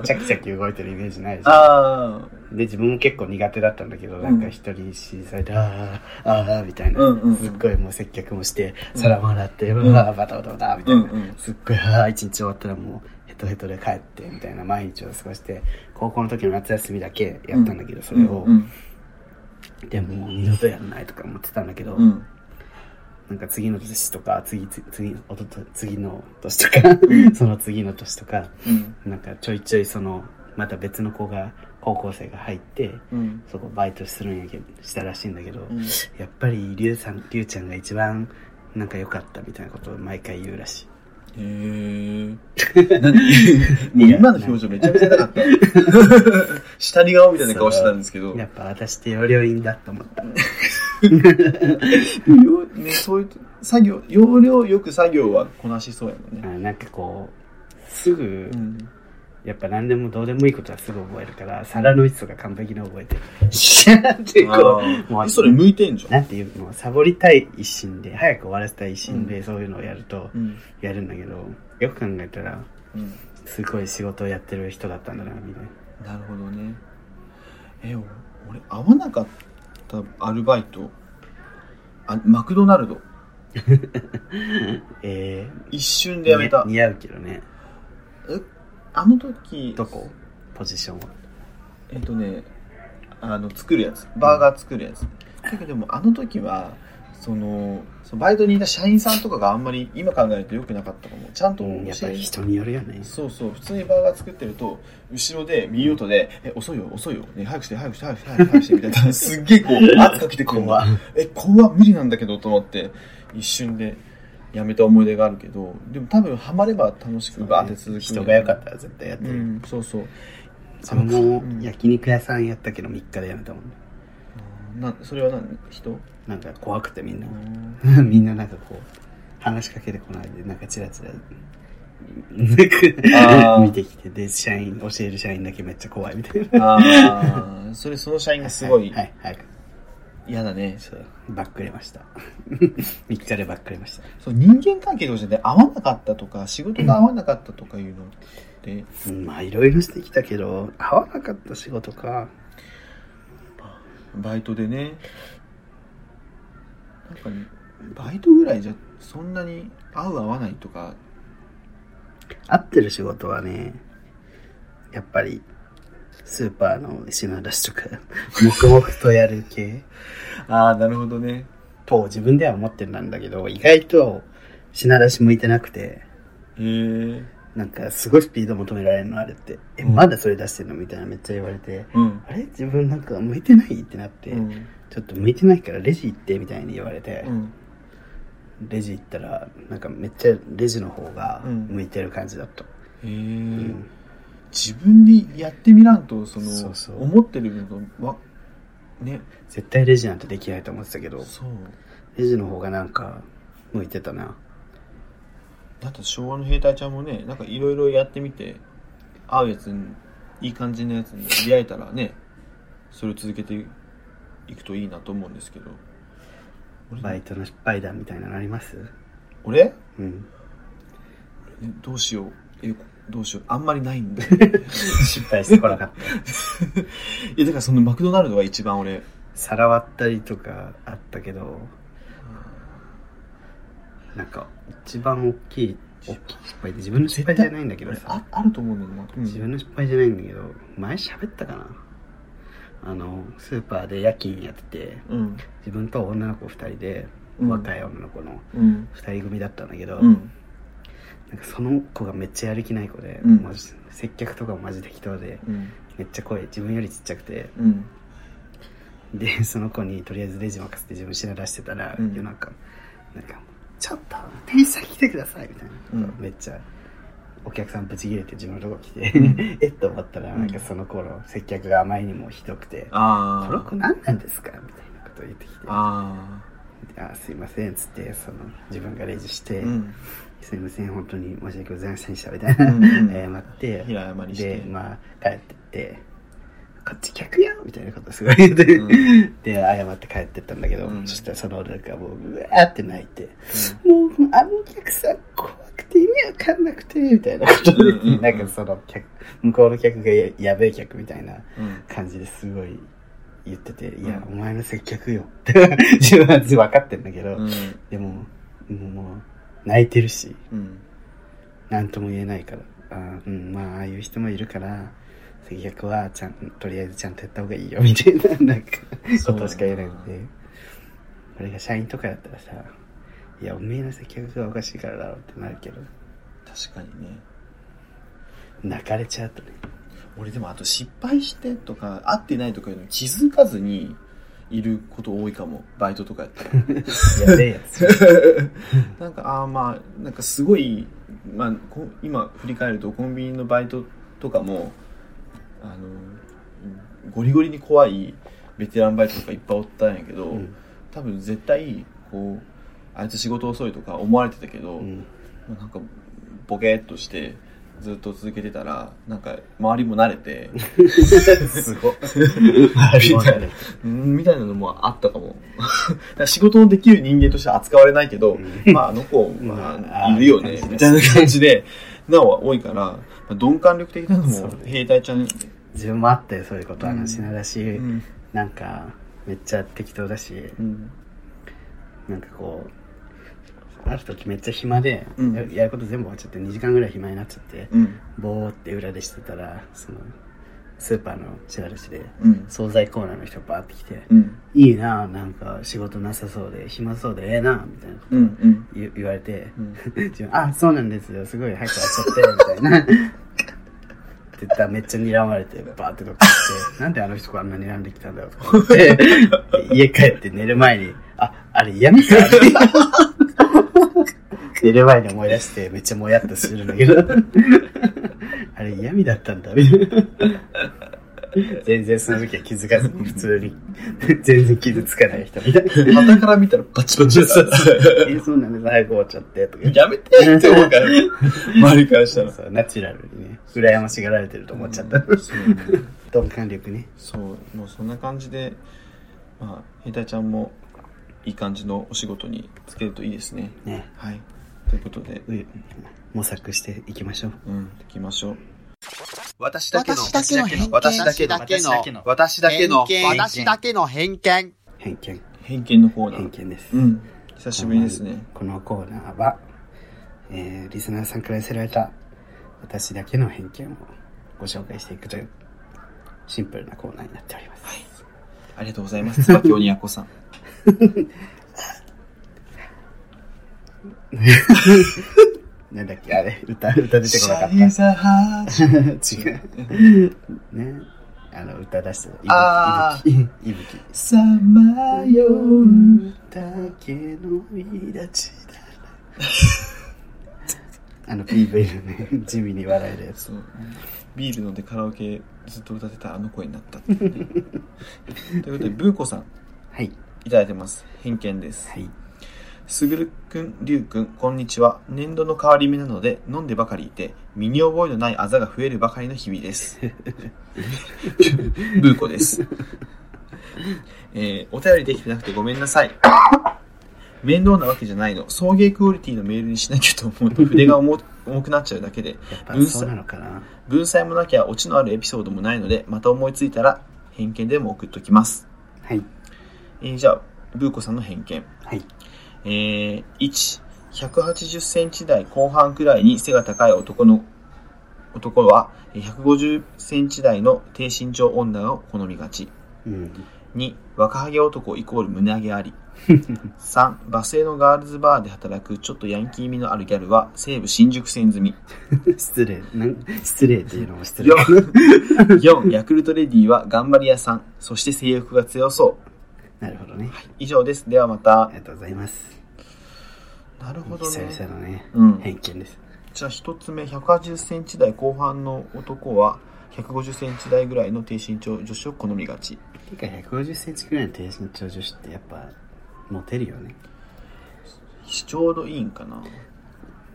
う、チャキチャキ動いてるイメージないでしょ。ああで自分も結構苦手だったんだけど、なんか一人に指示されて「あーあーあー」みたいな、うんうんうんすっごいもう接客もして皿も洗って「うわーバタバタバタ」みたいな、うんうんすっごい「ああ一日終わったらもうヘトヘトで帰って」みたいな毎日を過ごして高校の時の夏休みだけやったんだけど、それを、うんでもう二度とやらないとか思ってたんだけど、うんうんなんか次の年とか次次次おとと次の年とか その次の年とかうんなんかちょいちょいそのまた別の子が高校生が入って。うんそこバイトするんやけどしたらしいんだけど、うんやっぱりリュウさんリュウちゃんが一番なんか良かったみたいなことを毎回言うらしへいー何もう 今の表情めちゃめちゃ痛か った。下に顔みたいな顔してたんですけど。やっぱ私って要領いいんだと思ったよね、そういう、作業、要領よく作業はこなしそうやもんあね。なんかこうすぐ、うん。やっぱ何でもどうでもいいことはすぐ覚えるから皿の位置とか完璧に覚えてシャーってこう もあうあ。それ向いてんじゃん。なんていうのサボりたい一心で早く終わらせたい一心で、そういうのをやるとうん。やるんだけどよく考えたらうん。すごい仕事をやってる人だったんだなみたいななるほどね。え、お俺、合わなかったアルバイト。あ、マクドナルド。え一瞬ー、でやめた。似合うけどねあの時、どこポジションはえっとねあの作るやつバーガー作るやつ、だけどでもあの時はそのそのバイトにいた社員さんとかがあんまり今考えると良くなかったかもちゃんとやっ教ぱえり人によるよねそうそう普通にバーガー作ってると後ろで右音で「え遅いよ遅いよ、ね、早くして早くして早くして早くして」みた いなすっげえこう圧かけてくるの怖え怖っ無理なんだけどと思って一瞬でやめた思い出があるけどでも多分ハマれば楽しくバーって続く人が良かっったら絶対やってうる、んそうそうそれも焼肉屋さんやったけど3日でやめたもんねなそれは何人なんか怖くてみんな うんみんななんかこう話しかけてこないでなんかチラチラなんあかー 見てきてで社員教える社員だけめっちゃ怖いみたい なああ、それその社員がすごいはい、はい、早く嫌だねそうばっくれました 3日でばっくれましたそう人間関係とかじゃなくて合わなかったとか仕事が合わなかったとかいうのって、うんまあいろいろしてきたけど合わなかった仕事かバイトでねなんかねバイトぐらいじゃそんなに合う合わないとか合ってる仕事はねやっぱりスーパーの品出しとか黙々とやる系ああなるほどねと自分では思ってたんだけど意外と品出し向いてなくてへえなんかすごいスピード求められるのあれって、えまだそれ出してんのみたいなめっちゃ言われてうん、あれ自分なんか向いてないってなって、うんちょっと向いてないからレジ行ってみたいに言われて、うん、レジ行ったらなんかめっちゃレジの方がうん向いてる感じだった、へえ、うん自分でやってみらんとそのそうそう思ってるのとわね絶対レジなんてできないと思ってたけどそうレジの方がなんか向いてたなだって昭和の兵隊ちゃんもねなんかいろいろやってみて合うやつにいい感じのやつに出会えたらねそれを続けていくといいなと思うんですけどバイトの失敗談みたいなのあります俺うん ねどうしようえどうしようあんまりないんで 失敗してこなかったいやだからそのマクドナルドが一番俺皿割ったりとかあったけどなんか一番大きい大きい失敗で自分の失敗じゃないんだけど俺さああると思うんだよな、うん自分の失敗じゃないんだけど前喋ったかなあのスーパーで夜勤やっててうん自分と女の子2人でうん若い女の子のうん2人組だったんだけど、うんなんかその子がめっちゃやる気ない子で、うんマジ接客とかもマジ適当でうんめっちゃ声自分よりちっちゃくて うんでその子にとりあえずレジ任せて自分品出してたら、うん夜中なんか「ちょっと店員さん来てください」みたいな、うんめっちゃお客さんブチ切れて自分のとこ来て、うん えっと思ったらうんなんかその頃接客があまりにもひどくて「あこの子ー何なんですか?」みたいなことを言ってきて「ああすいません」っつってその自分がレジしてー「うんすいません本当に申し訳ございませんでした」みたいな、うん うん謝って平謝りしてでまあ帰ってって「こっち客や!」みたいなことすごい言って、うで謝って帰ってったんだけど、うんそしたらその俺がもううわーって泣いて「もうあのお客さん怖くて意味わかんなくて」みたいなことで、うんうんうんなんかその客向こうの客がややべえ客みたいなうん感じですごい言ってて「いや、うお前の接客よ」って自分は分かってんだけど、うんでももう泣いてるしうん何とも言えないからあー、うん、まあああいう人もいるから接客はちゃんとりあえずちゃんとやった方がいいよみたいな なんかそうことしか言えないので俺が社員とかだったらさ「いやおめえの接客がおかしいからだろ」ってなるけど確かにね泣かれちゃうとね俺でもあと失敗してとか合ってないとかいうの気づかずにいること多いかもバイトとかやったらやべえや つなんかああまあなんかすごい、まあ、こ今振り返るとコンビニのバイトとかもあのゴリゴリに怖いベテランバイトとかいっぱいおったんやけど、うん多分絶対こうあいつ仕事遅いとか思われてたけど、うんもうなんかボケーっとしてずっと続けてたらなんか周りも慣れて すごいうんみたいなのもあったかも だから仕事のできる人間としては扱われないけど、まああの子、まあ、うんいるよねあーみたいな感じでなお多いから、まあ、鈍感力的なのそうもね兵隊ちゃん、自分もあったよそういうことあうのん品だし、うんなんかめっちゃ適当だしうんなんかこうある時めっちゃ暇で、うんややること全部終わっちゃって2時間ぐらい暇になっちゃって、うんぼーって裏でしてたらそのスーパーの調べしでうん惣菜コーナーの人バーって来てうん「いいなあなんか仕事なさそうで暇そうでええなあ」みたいなことうんうん言言われて、ん 自分「あそうなんですよすごい早く終わっちゃって」みたいな。 って言ったらめっちゃ睨まれてバーってどっか行って「なんであの人あんな睨んできたんだよ」とか 思って家帰って寝る前に「ああれ嫌みか」 寝る前に思い出してめっちゃもやっとするんだ けどあれ嫌味だったんだみたいな全然その時は気づかずに普通に全然傷つかない人みたい な旗から見た らバチバチだからえそうなんです早く終わっちゃってとか言ってやめてって思う から周りからしたらそうナチュラルにね羨ましがられてると思っちゃった、うんそう鈍感力ねそうもうそんな感じでまあ、兵隊ちゃんもいい感じのお仕事につけるといいですね。ねはい。ということで、う模索していきましょううん、行きましょう。私だけの、私だけの偏見私だけの、私だけの偏私だけの、見私だけの偏見。偏見偏見のコーナ偏ー。見です、うん。久しぶりですね。このコーナーは、えーリスナーさんから寄せられた私だけの偏見をご紹介していくというシンプルなコーナーになっております、ありがとうござい ます。椿鬼奴さん。なんだっけあれ歌歌出てこなかったャイザーハー 違うねあの歌出してたあいぶきいぶきさまよう。だけのいだちだあの PV のね地味に笑えるやつそう。ビール飲んでカラオケずっと歌ってたあの声になったって いうねということで、ブーコさん、はいいただいてます。偏見です。はいすぐるくん、りゅうくん、こんにちは。年度の変わり目なので、飲んでばかりいて、身に覚えのないあざが増えるばかりの日々です。 ブーコです。えー、お便りできてなくてごめんなさい。面倒なわけじゃないの。送迎クオリティのメールにしなきゃと思う と筆が重重くなっちゃうだけで、やっぱ文才そうなのかな文才もなきゃオチのあるエピソードもないので、また思いついたら偏見でも送っときます。はいえー、じゃあ、ブーコさんの偏見。はいえー、1、180センチ台後半くらいに背が高い男の、男は、えー150センチ台の低身長女を好みがち。うん2、若ハゲ男イコール胸上げあ り。3、バスへのガールズバーで働くちょっとヤンキー味のあるギャルは西武新宿線済み。失礼なん失礼っていうのも失礼4、4ヤ クルトレディは頑張り屋さん。そして性欲が強そなるほどねう。以上です。ではまあたり。がとうございますなるほど久ね。々のねうん。偏見ですじゃあ1つ目1 8 0ンチ台後半の男は1 5 0ンチ台ぐらいの低身長女子を好みがちてか1 5 0ンチくらいの低身長女子ってやっぱモテるよねちょうどいいんかな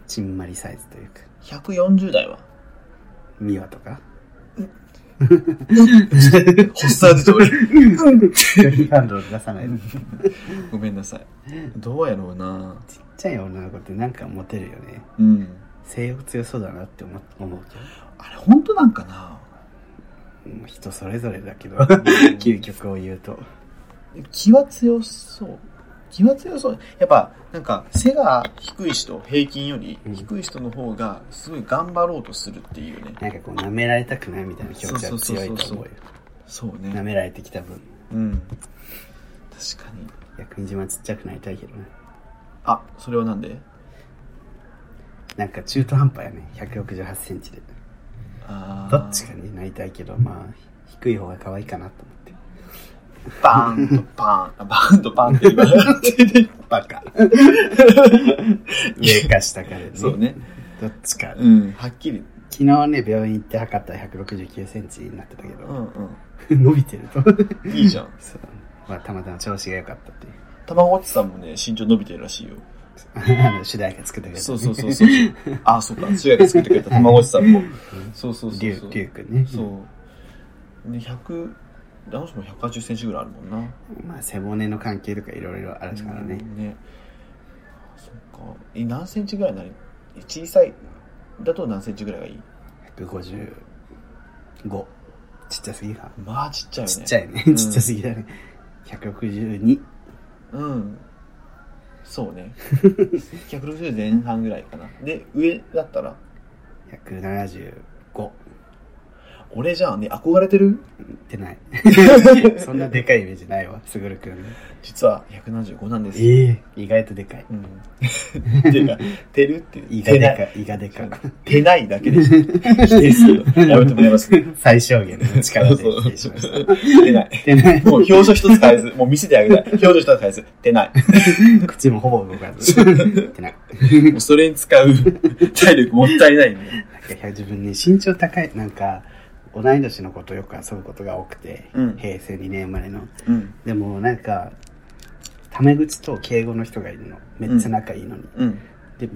ちんまりサイズというか140代はミワとか発作出て俺距離感動出さないのちっ ごめんなさいどうやろうなちゃい女の子ってなんかモテるよねうん性欲強そうだなって思思うけどあれ本当なんかなもう人それぞれだけど究極を言うと気は強そう気は強そうやっぱなんか背が低い人平均より低い人の方がすごい頑張ろうとするっていうねなんかこう舐められたくないみたいな気持ちそうそはうそう強そいうと思うよそう舐ねめられてきた分うん確かに逆に自分はちっちゃくなりたいけどねあそれはなんでなんか中途半端やね1 6 8センチであーどっちかになりたいけどまあ低い方が可愛いかなと思ってバーンとパン、あバーンとパンって言われて、バカ上か下かでね そうね。どっちか、うん、はっきり。昨日ね病院行って測ったら1 6 9センチになってたけうど、ん 伸びてるとうん。いいじゃん。そうまあたまたま調子が良かったっていうたまごっちさんもね、身長伸びてるらしいよ。 あの主題歌作ってくれた、ね、そうそうそう そう。あ、そうか。主役作ってくれたたまごっちさ んも。そうそうそりうゅそうう。りゅうくんねそう。で、100、あの人も180センチぐらいあるもんな。まあ背骨の関係とかいろいろあるからね、ね。そっか。え、何センチぐらいになる小さい、だと何センチぐらいがいい155ちっちゃすぎか、まあちっちゃいよね。ちっちゃいねうんちっちゃすぎだね162うん。そうね。160前半ぐらいかな。で、上だったら、 175俺じゃあね、憧れて るってないそんなでかいイメージないわすぐるくん実は175なんです。ええ意外とでかいうん。てか、てるって、胃がでないかい胃がでかいてないだけでしょ。否定するのやめてもらいます。 最小限の力で否定しましたてない。でねもう表情一つ変えず、もう見せてあげたい。表情一つ変えず、てない。 口もほぼ動か ずってないもうそれに使う 体力もったいないんで。いや自分ね身長高いなんか同い年の子とよく遊ぶことが多くて、うん平成2年生まれのうん。でもなんかタメ口と敬語の人がいるのめっちゃ仲いいのに、うん。で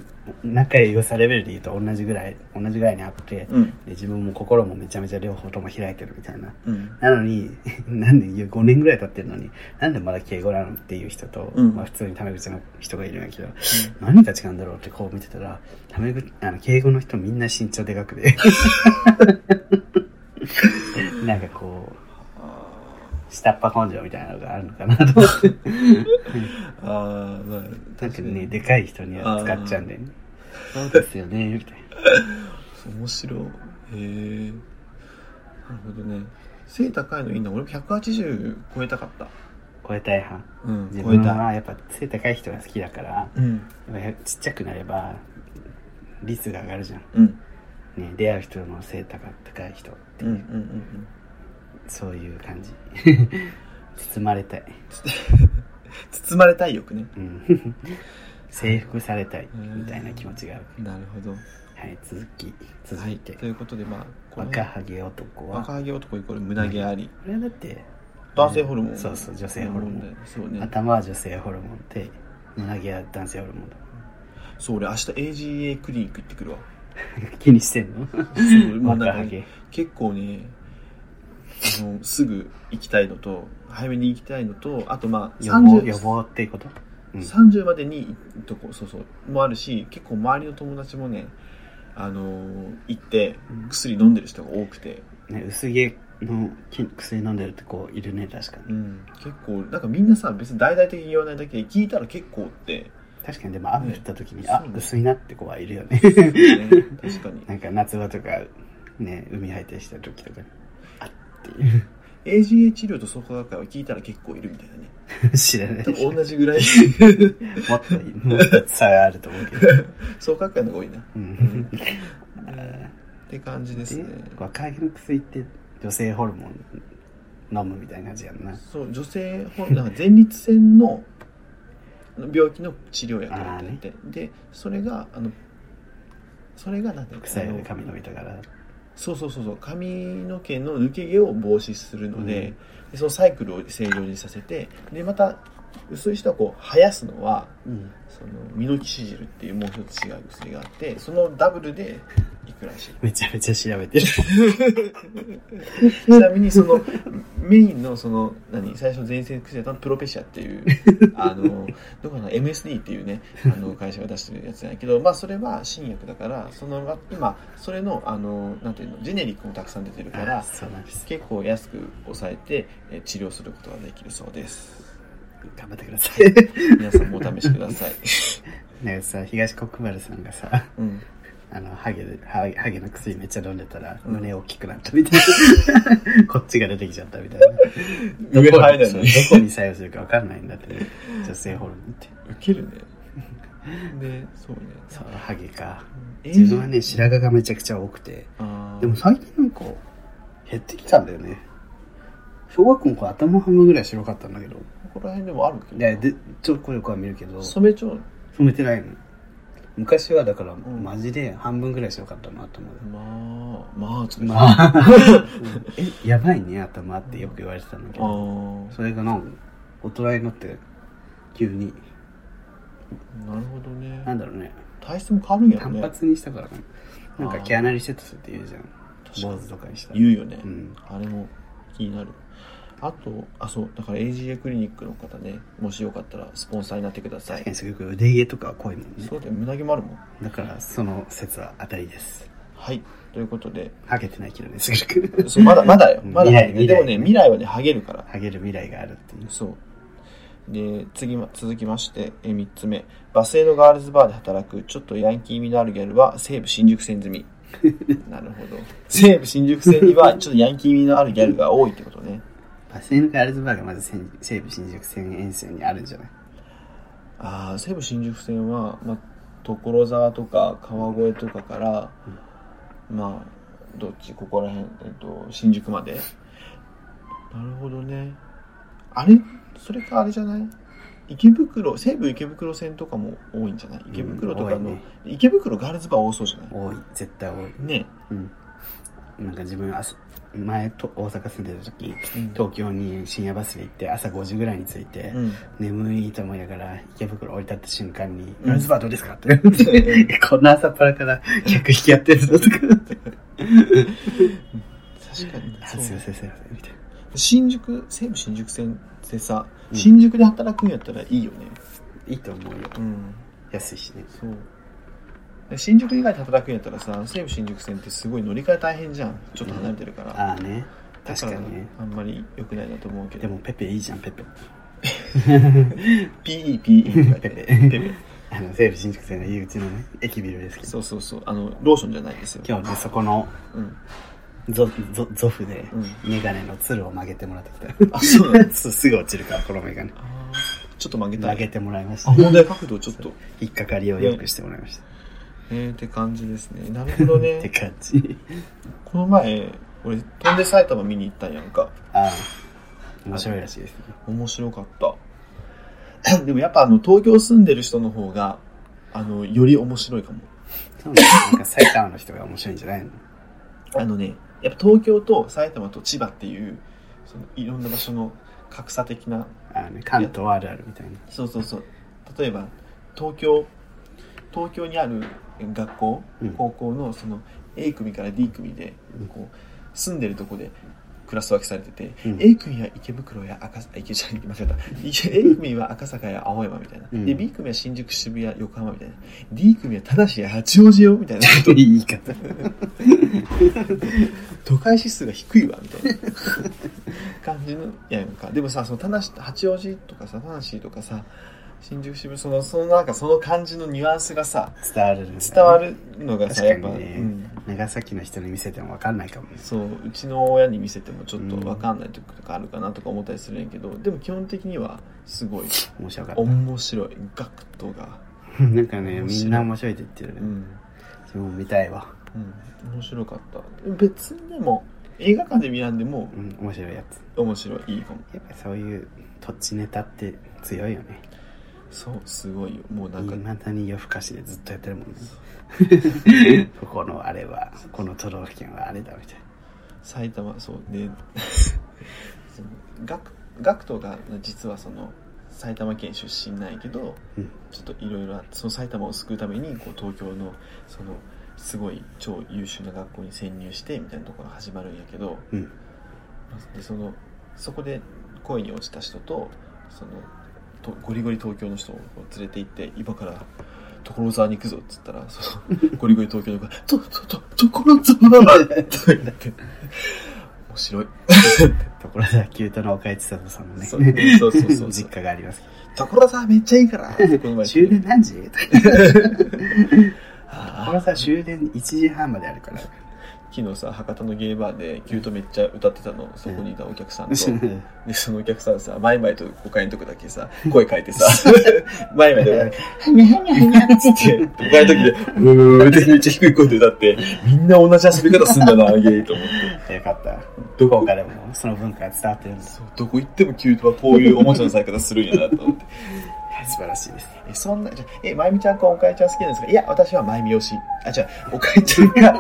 仲良さレベルで言うと同じぐらい同じぐらいにあって、うんで自分も心もめちゃめちゃ両方とも開いてるみたいなうんなのに なんで言う5年ぐらい経ってるのになんでまだ敬語なのっていう人と、うんまあ、普通にタメ口の人がいるんやけど、何が違うんだろうってこう見てたらタメ口あの敬語の人みんな身長でかく てなんかこう下っ端根性みたいなのがあるのか なと思ってああまあなん確かかねにでかい人には使っちゃうんだよねそうですよねみたいな面白いへえなるほどね背高いのいいな俺も180超えたかった超えたい派うん自超え分たはやっぱ背高い人が好きだからうんやっぱちっちゃくなれば率が上がるじゃん、うんね、出会う人の背高高い人ってういんう、うんうんそういう感じ包まれたい、包まれたい欲ねうん 征服されたいみたいな気持ちがあるなるほどはい続き続はいいて、ということでまあこ若れハゲ男は若ハゲ男イコール胸毛ありこれはだって男性ホルモンそうそう女性ホルモンそうね頭は女性ホルモンで胸毛は男性ホルモンだそう俺明日 AGA クリニック行ってく るわ気にしてんのそう もう若なハんかゲ結構ねあのすぐ行きたいのと早めに行きたいのとあとまあ予防予30防っていうことうん30までにとこそうそうもあるし結構周りの友達もねあのー行ってうん薬飲んでる人が多くて、ね、薄毛のき薬飲んでるとこいるね確かうにん、結構なんかみんなさ別に大々的に言わないだけで聞いたら結構っ て、確かにでも雨降った時に、ねあそうね薄いなって子はいるよね、ね確かになんか夏場とかね海入ったりした時とかにあっていう AGA 治療と創価学会は聞いたら結構いるみたいなね 知らない多分同じぐらい もっといいもっと差があると思うけど、創価学会の方が多いな、う うんん、って感じですでね若いの薬って女性ホルモン飲むみたいな感じやんなそう女性ほなんか前立腺の病気の治療薬だって言ってでそれがあのそれがなんていうの草よりあの髪伸びたからそうそうそうそう髪の毛の抜け毛を防止するので,、でそのサイクルを正常にさせてでまた薄い人はこう生やすのはうんそのミノキシジルっていうもう一つ違う薬があってそのダブルでいくらしいめちゃめちゃ調べてるちなみにそのメインのその何最初前線薬だったのプロペシアって いうあのどこかな MSD っていうねあの会社が出してるやつなんやけどまあそれは新薬だからその今それのあのなんていうのジェネリックもたくさん出てるから そうなんです結構安く抑えてえ治療することができるそうです頑張ってください皆さんもお試しくだ さい、なんかさ東国原さんがさうん、あのハゲでハゲハゲの薬めっちゃ飲んでたらうん胸大きくなったみたい なこっちが出てきちゃったみたいな上どこ入にらそなういどこに作用するか分かんないんだって、 ね、女性ホルモンってウケ るねでそうねそうハゲかえ自分はね白髪がめちゃくちゃ多くてあーでも最近なんか減ってきたんだよね小学校の頃頭半分ぐらい白かったんだけどここら辺でもあるけどででちょっとよくは見るけど染染めちゃうめてないの昔はだからんマジで半分ぐらい白かったの頭がまあまあつまあ、え、やばいね、頭ってよく言われてたんだけあど、ーそれがなんか、大人になって、急に、なるほどなんねだろうね、体質も変わるんやろ単ね発にしたからかな。なんあかー毛穴リセットするって言うじゃん。確かに坊主とかにしたら。言うよね、うんあれも気になるあとあそうだから AGA クリニックの方ねもしよかったらスポンサーになってくださ確かいにすごく腕毛とかは濃いもんねそ。うだよ胸毛もあるもんだから、その説は当たりです。はいということでハゲてないけどね、すぐく。そうまだまだようんまだ、未来ね、でもね未来はねハゲるからハゲる未来があるっていう。そうで次ま続きましてえ3つ目バスへのガールズバーで働くちょっとヤンキー味のあるギャルは西武新宿線済みなるほど西武新宿線にはちょっとヤンキー味のあるギャルが多いってことねバスへのガールズバーがまず西西武新宿線沿線にあるんじゃないああ西武新宿線は、まあ、所沢とか川越とかから、まあどっちここら辺、えっと、新宿までなるほどねあれそれかあれじゃない池袋西武池袋線とかも多いんじゃない池袋とかの、うん多いね池袋ガールズバー多そうじゃない多い、絶対多い。ねうん。なんか自分朝前と大阪住んでた時、うん東京に深夜バスで行って朝5時ぐらいに着いて、うん眠いと思いながら池袋降り立った瞬間に「うんズバーどうですか?」って言われて 「こんな朝っぱらから客引きやってるぞ」とか確かに「あすいそませんうすいません」みたいな新宿西武新宿線ってさ、うん新宿で働くんやったらいいよねいいと思うようん安いしねそうで新宿以外で働くんやったらさ西武新宿線ってすごい乗り換え大変じゃんちょっと離れてるから、ああねだ確かからにねあんまり良くないなと思うけどでもペペいいじゃんペペ PE PE って書いて ペあるペペペあの西武新宿線の入り口のね駅ビルですけどそうそうそうあのローションじゃないですよ今日ねそこのうんゾゾゾフでうメガネのつるを曲げてもらってきた あそうなんだそうすぐ落ちるからこのメガネあーちょっと曲げた曲いげてもらいましたあ問題角度ちょっと引っかかりを良くしてもらいましたえー、って感じですねなるほど ってね感じこの前俺飛んで埼玉見に行ったんやんかああ面白いらしいですね面白かった でもやっぱあの東京住んでる人の方があのより面白いかもそうねなんか埼玉の人が面白いんじゃないのあのねやっぱ東京と埼玉と千葉っていうそのいろんな場所の格差的なあのね、関東あるあるみた いな。そうそうそう例えば東京東京にある学校、うん高校のその A 組から D 組でうんこう住んでるとこでクラス分けされてて、うん A 組は池袋や赤坂池じゃない間違えた A 組は赤坂や青山みたいな、うんで B 組は新宿渋谷横浜みたいな D 組は田無や八王子よみたいな言い方。都会指数が低いわみたいな感じのやんかでもさその田無八王子とかさ田無とかさ新宿渋谷そのそのなんかその感じのニュアンスがさ伝わる、ね。伝わ。るのがさ、やっ確ぱ、かにうね、ん、長崎の人に見せても分かんないかもね。そううちの親に見せてもちょっと分かんないとかあるかなとか思ったりするんやけど、でも基本的にはすごい面白かっ面白い学徒が、た。なんかね、面み白いんな面白いって言ってうるね。ん自分も見たいわ。うん、面白かった別にでも映画館で見らんでもうん、面白いやつ。面白いいいかもやっぱりそういう土地ネタって強いよね。そうすごいよもうなんかいまだに夜更かしでずっとやってるもんね。 ここのあれは、この都道府県はあれだみたいな。埼玉そうね その学学徒が実はその埼玉県出身なんやけど、うんちょっといろいろその埼玉を救うためにこう東京のそのすごい超優秀な学校に潜入してみたいなところが始まるんやけどうん。でそのそこで恋に落ちた人とそのとゴリゴリ東京の人をこう連れて行って今から所沢に行くぞっつったらそのゴリゴリ東京の子が 「ととと所沢!」って言って面白い。所沢キュートの岡市里さんのね、そうそうそうそう 実家があります。所沢めっちゃいいからこの前終電 何時とかこあれさ終電1時半まであるからー昨日さ博多のゲイバーでキュートめっちゃ歌ってたのそこにいたお客さん とそでそのお客さんさマイマイと誤解のとこだけさ声変え てさマイマイで「はにゃはにゃはにゃ」っつって誤解の時で「うー」ってめっちゃ低い声で歌ってみんな同じ遊び方すんだなゲイと思ってよかったどこ今回でもその文化が伝わってるんですそうどこ行ってもキュートはこういうおもちゃの使い方するんやなと思って素晴らしいですえ、そんな、じゃあえ、まゆみちゃんかおかえちゃん好きなんですかいや、私はまゆみ推し。あ、じゃおかえちゃんが、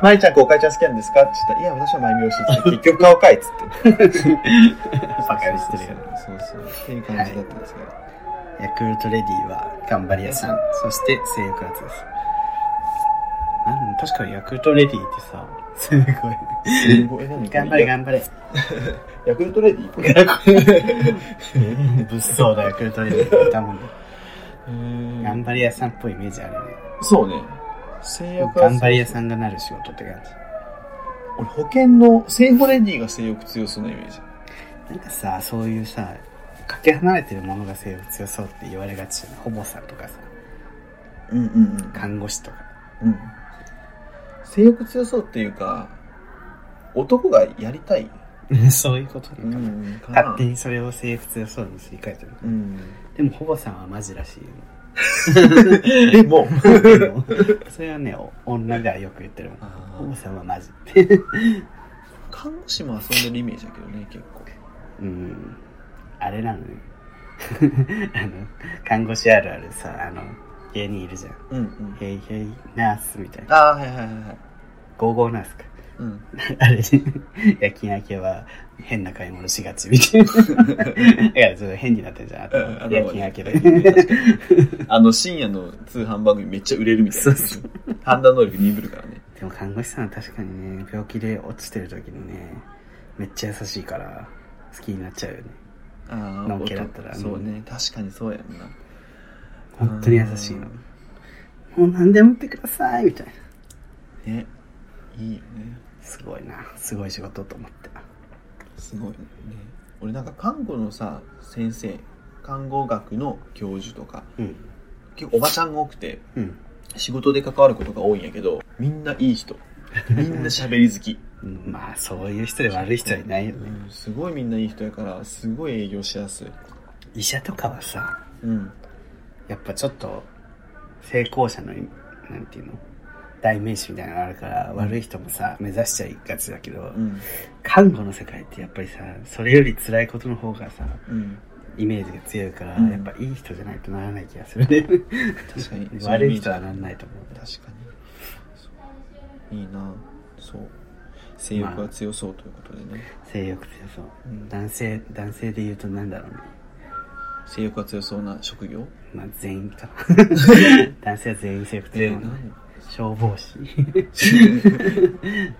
まゆちゃんかおかえちゃん好きなんですかって言ったら、いや、私はまゆみ推し って。結局顔かいっつって。 バカにしてるよそうそう。っていう感じだったんですけど。ヤクルトレディは頑張り屋さんそして性欲圧ですなん確かにヤクルトレディってさすごいすごい、何頑張れ頑張れヤクルトレディーこれ。物騒だヤクルトレディってたも んね頑ん張り屋さんっぽいイメージあるねそうね。性欲は頑張り屋さんがなる仕事って感じ俺、保険の、性保レディーが性欲強そうなイメージ。なんかさ、そういうさ、かけ離れてるものが性欲強そうって言われがちじゃない。ホモさんとかさ、うんうん看護師とか。うん。うん。性欲強そうっていうか、男がやりたい。そういうことなのかな。ん。か勝手にそれを性欲強そうにすり替えてる。うん。でも、ホモさんはマジらしい よ。でも、でもそれはね、お女がよく言ってるもん。ホモさんはマジって。看護師も遊んでるイメージだけどね、結構。うん。あれなのね。 あの、看護師あるあるさ、あの、芸人いるじゃん。うんうん。ヘイヘイナースみたいな。ああ、はいはいはいはい。ゴーゴーナースか。うん。あれ ね、夜勤明けは変な買い物しがちみたいな。だ から、それ変になってんじゃなくうんあのて、夜勤明け で。あの、深夜の通販番組めっちゃ売れるみたいな。そう判断能力鈍るからね。でも看護師さんは確かにね、病気で落ちてる時にね、めっちゃ優しいから、好きになっちゃうよね。ああ、のんけだったらそうね、確かにそうやんな。本当に優しいの。もう何でも売ってくださいみたいな。ね。いいよね。すごいな。すごい仕事と思った。すごいね。俺なんか看護のさ、先生、看護学の教授とか、うん。結構おばちゃんが多くて、うん。仕事で関わることが多いんやけど、みんないい 人。みんな喋り好き。うんまあ、そういう人で悪い人はいないよね。うんすごいみんないい人やから、すごい営業しやすい。医者とかはさ、うん。やっぱちょっと、成功者の、なんていうの代名詞みたいなのがあるから、悪い人もさ、目指しちゃいがちだけど、うん。看護の世界ってやっぱりさ、それより辛いことの方がさ、うん。イメージが強いから、うんやっぱいい人じゃないとならない気がするね。。確かに 悪い人はならないと思う。確かにそういいなそう性欲が強そうということでね、性欲強そう。うん男性、男性で言うとなんだろうね。性欲が強そうな職業まあ全 員か。男性は全員性欲強いもんね、なん消防士。 えー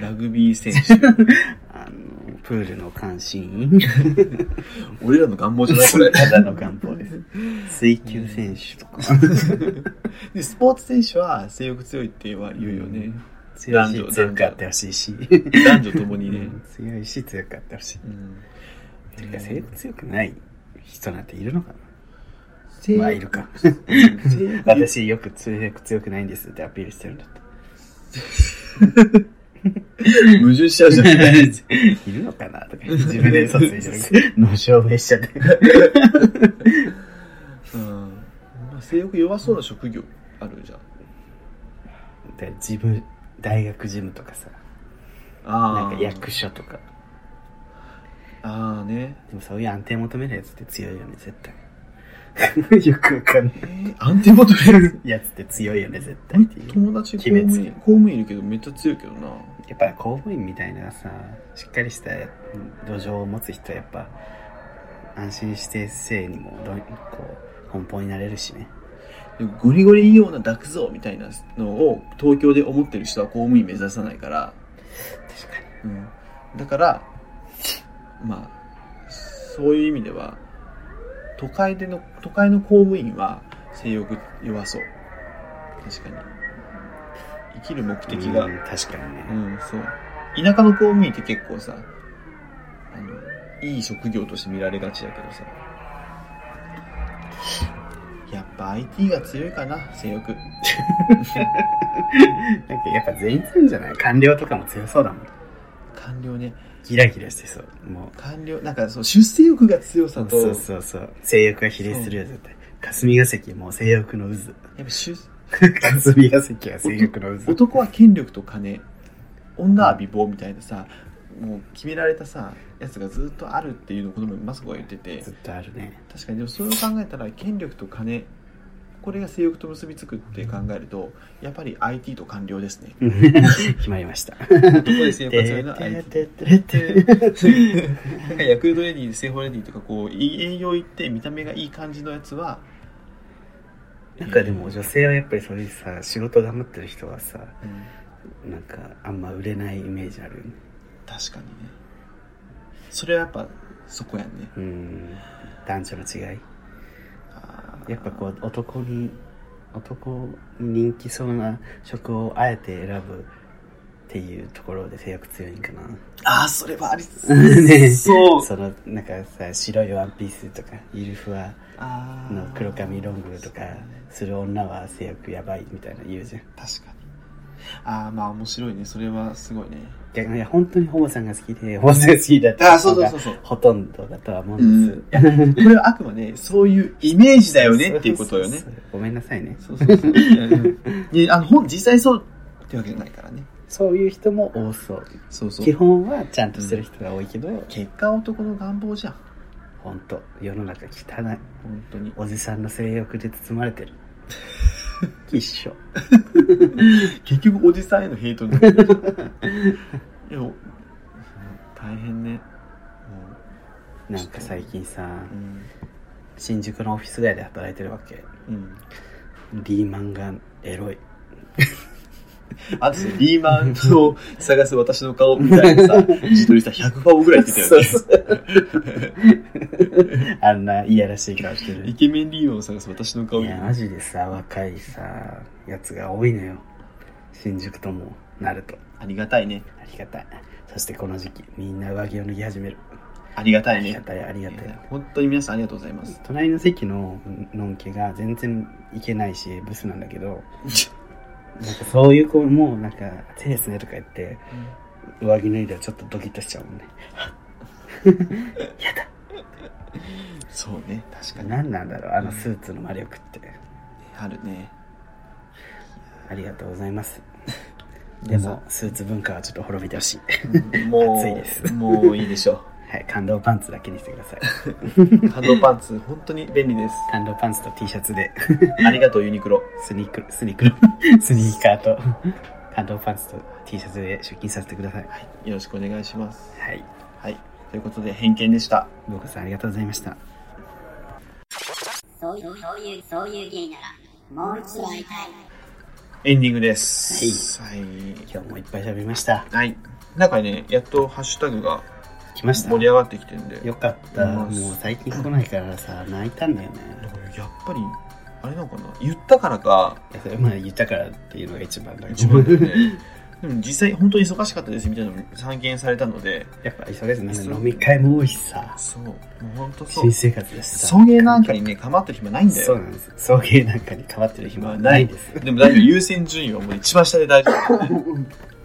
ラグビー選 手あの、プールの監視員。俺らの願望じゃないこれただの願望です。 水球選手とか。でスポーツ選手は性欲強いっては言うよね、強いし、強くあってほしいし。男女ともにね、 強いし、強くあってほしい。うんてか、性欲強くない人なんているのかな性まあ、いる か。性私、よく性欲強くないんですってアピールしてるんだって。矛盾しちゃうじゃんいるのかな とか、自分で撮影してる。 の証明しちゃって。 うんまあ性欲弱そうな職業あるじゃんで自分、大学事務とかさ、あなあんか役所とか。ああねでもそういう安定求めるやつって強いよね、絶対。 よくわかんない。えー、安定求めるやつって強いよね、絶対っていう。友達公務員公務員いるけどめっちゃ強いけどなやっぱ公務員みたいなさ、しっかりした土壌を持つ人はやっぱ、安心して性にもどん、こう、奔放になれるしね。でもゴリゴリいいような抱くぞみたいなのを東京で思ってる人は公務員目指さないから、確かに。うん、だからまあそういう意味では都会での都会の公務員は性欲弱そう確かに生きる目的がうん確かにね。うん、そう。田舎の公務員って結構さ、あの、いい職業として見られがちだけどさ。やっぱ IT が強いかな、性欲。なんかやっぱ全員強いんじゃない官僚とかも強そうだもん。官僚ね。ギラギラしてそう。も官僚、なんかそう、出世欲が強さう。と、そうそうそう。性欲が比例するよ、絶対。霞が関もう性欲の渦。 やっぱ出霞が関は性欲の渦。男は権力と金、女は美貌みたいなさ、もう決められたさ、やつがずっとあるっていうのをこの前マスコが言っててず、っとあるね。 確かにでもそれを考えたら権力と金これが性欲と結びつくって考えるとやっぱり IT と官僚ですね決まりました。どこで性欲が強いのは IT なんかヤクルトレディセーフレディとかこういい営業行って見た目がいい感じのやつはなんかでも女性はやっぱりそういうさ仕事頑張ってる人はさうんなんかあんま売れないイメージあるよね確かにねそれはやっぱそこやねうん男女の違いあーやっぱこう男に男に人気そうな職をあえて選ぶっていうところで性欲強いんかなあーそれはありねそう そのなんかさ白いワンピースとかイルフワあーの黒髪ロングとかする女は性欲やばいみたいな言うじゃん確かにああまあ面白いねそれはすごいね逆に本当にホモさんが好きでホモさんが好きだったあーそうそうそうそうほとんどだとは思うんです、これはあくまでそういうイメージだよねっていうことよねそうそうそう。ごめんなさいね。そうそうそう。いやうん いやあの本実際そうってわけじゃないからね。そういう人も多そう。そうそ基う。本はちゃんとしてる人が多いけど、結果は男の願望じゃん。ほんと、世の中汚い。本当に。 おじさんの性欲で包まれてる。一緒。結局おじさんへのヘイトにな るいやお大変ねもなんか最近さう、うん新宿のオフィス街で働いてるわけ。うんリーマンがエロい。あとさリーマンを探す私の顔みたいなさ自撮りさ100顔ぐらい言ってたよねあんないやらしい顔してるイ。ケメンリーマンを探す私の顔いや、マジでさ、若いさ、やつが多いのよ。新宿ともなると。ありがたいねありがたい。そしてこの時期、みんな上着を脱ぎ始める。ありがたあいりねがたい、ありがたい。本当に皆さんありがとうございます隣の席ののんけが全然いけないし、ブスなんだけど、なんかそういう子も、なんか、手ですねとか言って、上着脱いだらちょっとドキッとしちゃうもんね。そうね確かに何なんだろう、あのスーツの魔力って。あるねありがとうございます。でも、スーツ文化はちょっと滅びてほしい。も 暑いですうもういいでしょはい、感動パンツだけにしてください。うハンドパンツ本当に便利です感動パンツと T シャツで、 ありがとうユニクロスニーク、スニーク、 スニーカーと、 感動パンツと T シャツで出勤させてください。よろしくお願いしますはい、はいということで偏見でしたボコさんありがとうございました。そういう、そういう、そういう芸なら、もう一度会いたい。エンディングですはい今日もいっぱい喋りました。はいなんかねやっとハッシュタグが来ました盛。り上がってきてるんでよかった。うんもう最近来ないからさ、泣いたんだよね。やっぱりあれなのかな言ったからかいやそれまあ言ったからっていうのが一番だけ自ど分、でねでも実際本当に忙しかったですみたいなのも散見されたので やっぱ忙しいですね。飲み会も多いしさ、そうもう本当そう新生活です送迎なんかにね構ってる暇ないんだそうよなんです。送迎なんかに変わってる暇はないです。でも大丈夫優先順位はもう一番下で大丈 夫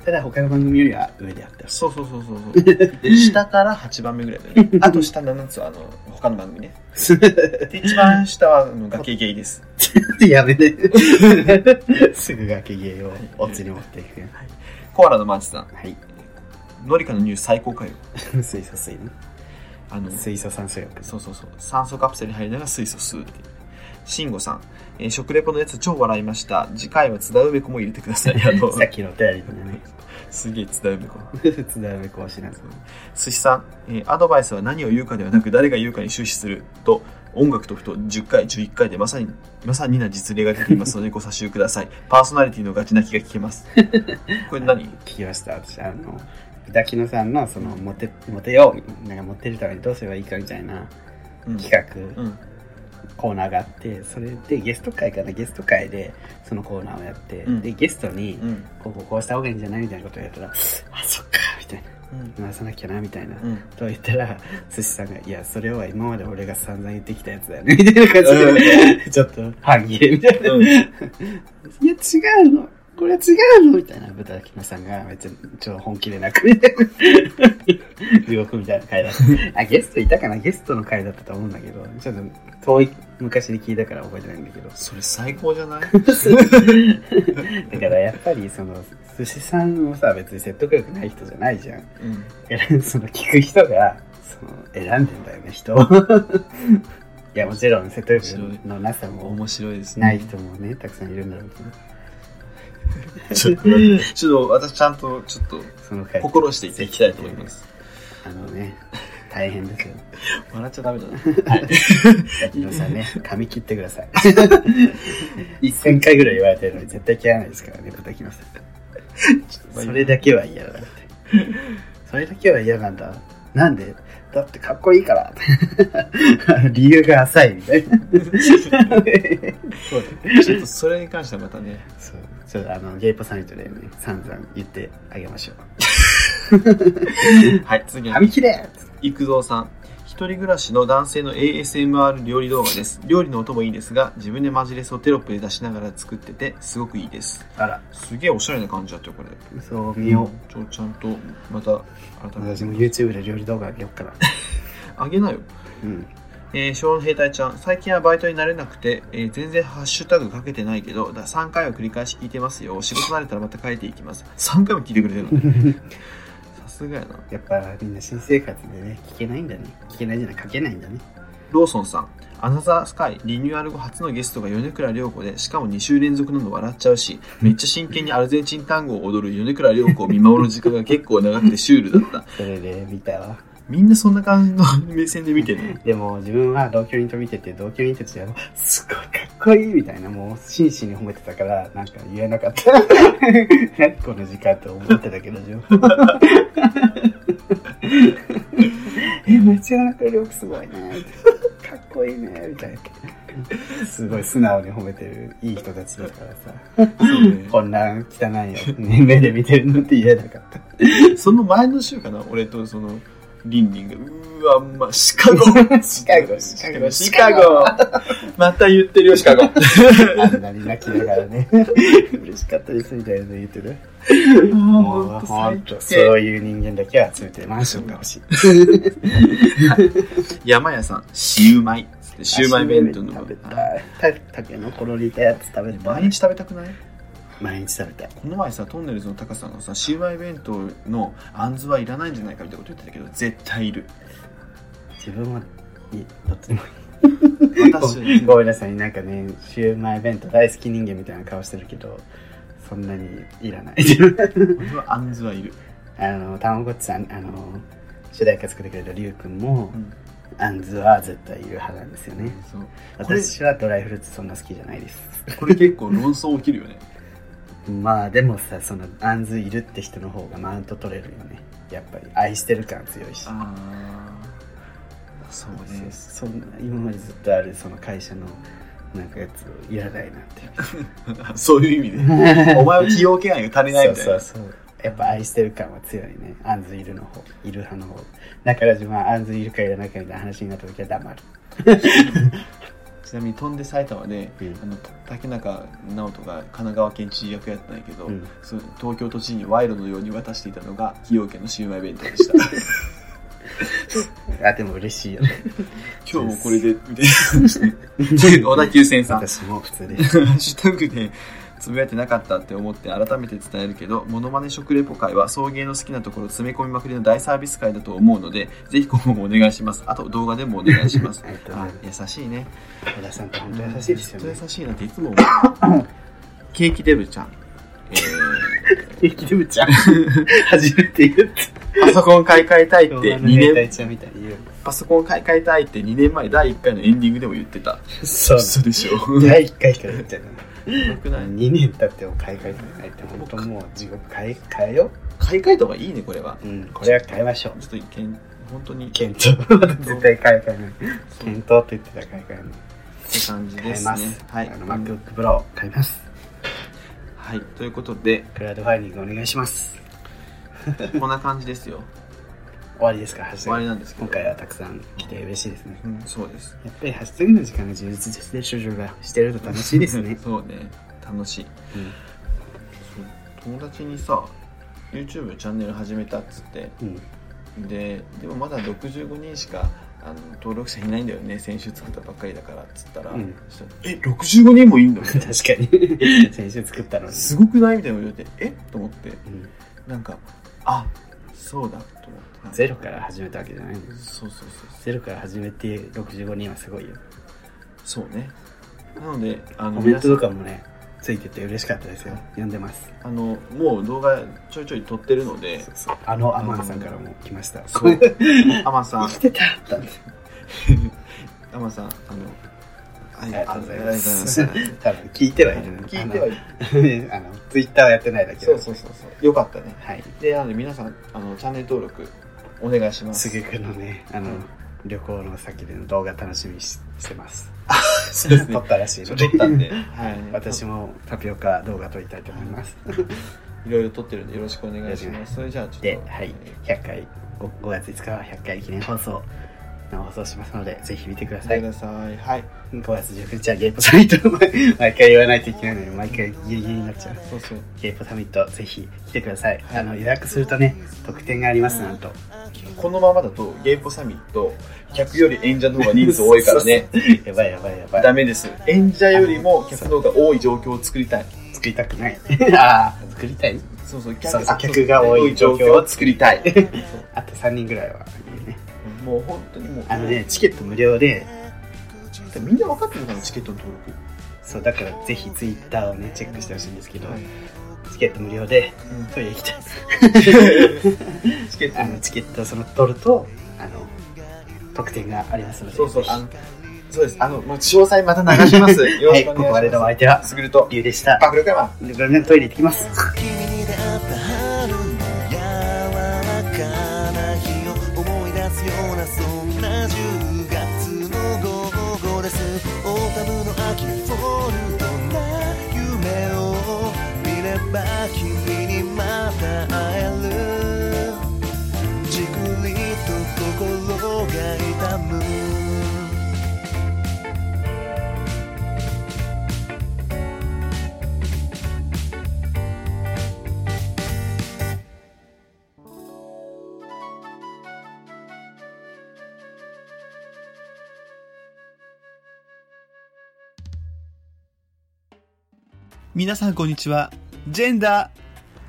ただ他の番組よりは上であってほしいそうそうそうそうそう下から8番目ぐらいだよ ねあと下7つはあの他の番組ねで一番下はあの崖ゲイですやめて。 すぐ崖芸をお釣り持っていく。コアラのマーチさんはい。ノリカのニュース最高かよ水素水ね。あの水素酸素薬。そうそうそう酸素カプセルに入りながら水素吸うっていう慎吾さん、えー食レポのやつ超笑いました次回は津田梅子も入れてくださいあ のさっきのお便りのね、すげえ津田梅子津田梅子推しなんです。寿司さん、えーアドバイスは何を言うかではなく誰が言うかに終始すると音楽とふと10回11回でまさにまさにな実例が出ていますのでご差しくだ さいパーソナリティのガチ泣きが聞けますこれ何聞きました。私、あの、豚キノさんの、その、モテ、モテよう、なんかモテるためにどうすればいいかみたいなうん企画、うんコーナーがあって、それでゲスト会かな、ゲスト会でそのコーナーをやって、うんで、ゲストにう、んこうこうこうした方がいいんじゃないみたいなことをやったら、あ、そっか、みたいな。うん回さなきゃな、みたいな。うんと言ったら、寿司さんが、いや、それは今まで俺が散々言ってきたやつだよね、みたいな感じで、ちょっと半切れみたいな。ういんや、違うの。これは違うのみたいな、豚キノさんが、めっちゃ、ちょっと本気で泣くみたいな。地獄みたいな回だった。あ、ゲストいたかなゲストの回だったと思うんだけど、ちょっと遠い昔に聞いたから覚えてないんだけど。それ最高じゃないだからやっぱり、その、寿司さんもさ、別に説得力ない人じゃないじゃん。うんえ その聞く人がその選んでんだよね人を いやもちろん説得力のなさも面白いですねない人もねたくさんいるんだろうけどちょっと待ってちょっと私ちゃんとちょっとその回心していきたいと思いますあのね大変ですよ笑っちゃダメだな皆さんね髪切ってく ださい1000回ぐらい言われてるのに絶対切らないですからね豚きますそれだけは嫌だってそれだけは嫌なんだなんでだってかっこいいから 理由が浅いみた いなそうだ ちょっとそれに関してはまたねそう、ちょっとあの、ゲイポサミットでね、散々言ってあげましょう。はい次に紙切れ育三さん一人暮らしの男性の ASMR 料理動画です料理の音もいいですが自分でマジレスをテロップで出しながら作っててすごくいいですあら、すげえおしゃれな感じだったよこれそう見よちょちゃんとまたう。改め私ても YouTube で料理動画あげようかな。あげなようん。えー、小の兵隊ちゃん最近はバイトになれなくて、えー全然ハッシュタグかけてないけどだ3回は繰り返し聞いてますよ仕事慣れたらまた書いていきます3回も聞いてくれてるのさすがやなやっぱみんな新生活でね、聞けないんだね。聞けないじゃない、書けないんだね。ローソンさん、アナザースカイリニューアル後初のゲストが米倉涼子で、しかも2週連続なの笑っちゃうし、めっちゃ真剣にアルゼンチン単語を踊る米倉涼子を見守る時間が結構長くてシュールだった。それで見たわみんなそんな感じの目線で見てるね。でも自分は同居人と見てて同居人たちが「すごいかっこいい」みたいなもう真摯に褒めてたからなんか言えなかった 何この時間と思ってたけど自分えめっちゃ中力すごいねかっこいいねみたいなすごい素直に褒めてるいい人たちだからさこんな汚い目で見てるのって言えなかったその前の週かな、俺とその、リンリンが、うーわ、ま、シカゴシカゴシカゴシカゴまた言ってるよ、シカゴあんなに泣きながらね、嬉しかったですみたいなの言ってる。もう本当、そういう人間だけは集めてマンションが欲しい。山屋さん、シウマイ。シウマイ弁当の食べたい。た竹のコロリータやつ食べた毎い日。食べたくない毎日食べたい。この前さトンネルズの高さんがさシウマイ弁当のあんずはいらないんじゃないかみたいなこと言ってたけど絶対いる自分は、いどっちでもいい私はごめんなさい、なんかね、シューマイ弁当大好き人間みたいな顔してるけど、そんなにいらない。 俺はあんずはいるあの、たまごっちさん、あの、主題歌作ってくれたりゅうくんも、うんあんずは絶対いる派なんですよね。そうこれ私はドライフルーツそんな好きじゃないです。これ結構論争起きるよねまあでもさそのあんずいるって人の方がマウント取れるよねやっぱり愛してる感強いしああそうねそそんな今までずっとあるその会社のなんかやつをいらないなってそういう意味 でお前は企業権愛が足りないみたいそうなそうそうやっぱ愛してる感は強いねあんずいるの方いる派の方だから自分はあんずいるかいらないかみたいな話になった時は黙るちなみに飛んで埼玉で、うんあの竹中直人が神奈川県知事役やったんやけど、うんそう東京都知事に賄賂のように渡していたのが企業権のシウマイ弁当で したあでも嬉しい よね今日もこれでみた いな小田急線さん私も普通で ハッシュタグでつぶやいてなかったって思って改めて伝えるけどモノマネ食レポ会は送迎の好きなところ詰め込みまくりの大サービス会だと思うのでぜひ今後もお願いしますあと動画でもお願いしますありがとうござあい優しいね小田さんって本当優しいですよ本 ね当優しいなっていつも思うケーキデブちゃん、平気でぶ ちゃん初めて言っえーパソコン買い替えたいってた2年年代ちゃんみたいに言うパソコン買い替えたいって2年前第1回のエンディングでも言ってたそう嘘でしょ第1回から言っちゃうのよくない2年経っても買い替えてないって本当もう地獄買い替えよ買い替えた方がいいねこれはう、うん、これは買いましょうちょっとけん本当に検討絶対買い替えないそうっ検討って言ってたら買い替えないて感じ買でいすまねす、はいあの MacBook Pro 買いますはい、ということで、クラウドファインディングお願いしますこんな感じです よ。終わりですかハッシ終ュタわグりなんですけど。今回はたくさん来て嬉しいですねうん、そうです。やっぱりハッシュタグの時間が充実してる少女がしてると楽しいです ねそうね、楽しい。うんそう友達にさ、YouTube チャンネル始めたっつって、うんで、でもまだ65人しかあの登録者いないんだよね、先週作ったばっかりだからっつったら、うんそしたらえ、65人もいん のみたい確なか に先週作ったのに、すごくないみたいなこと言って、えと思って、うん、なんか、あそうだと思って。はいゼロから始めたわけじゃないのそうそうそう。ゼロから始めて65人はすごいよそうね。なので、あの、コメン皆さトんとかもねついてて嬉しかったですよ読んでますあの、もう動画ちょいちょい撮ってるので、あのアマンさんからも来ま したそうこれ。アマさん生、きてたってアマさん、あの、ありありがとうございまあすりがとうございま多分聞いてはいる聞いてはいる。るあのツイッターはやってないだけそどうそうそうそう。よかったね。はいで、なので皆さん、あの、チャンネル登録お願いします。すぐくのねあの、うん旅行の先での動画楽しみにししてますそうですね撮ったらしいちょのっとで撮ったん で、はい。私もタピオカ動画撮りたいと思いますいろいろ撮ってるんでよろしくお願いします。それじゃあちょっと、で、はい、100回 5, 月5日は100回記念放送の放送しますのでぜひ見てくだ見さていください。はい。 5月19日はゲイポサミット毎毎回言わないといけないのに毎回ギリギリになっちゃうそうそう。ゲイポサミットぜひ来てくださいあの予約するとね特典がありますなんと。このままだと、ゲイポサミット、客より演者の方が人数多いからね そうそうやばいやばいやばいダメです。演者よりも客の方が多い状況を作りたい。作りたく ないああ作りたいそうそう、そうそう客が多い状況を作り たい。あと3人ぐらいはいいねもう本当にもう、あのねチケット無料ででもみんな分かってるのかなチケットの登録そうだからぜひツイッターをねチェックしてほしいんですけど、はいチケット無料でうんトイレ行きたいチケットあのチケットをその取るとあの特典がありますのでそうそうぜひあのそうですあのもう詳細また流し ますよろはしいくおこ願いしま、こますでのお相手はすぐるとリュウでした爆力山ごめんトイレ行ってきます君に出会った春の柔らかな日を思い出すようなそんな10月の午後ですオータムの秋フォルトな夢を見れば君にまた会えるじくりと心が痛む皆さんこんにちは。ジェンダー、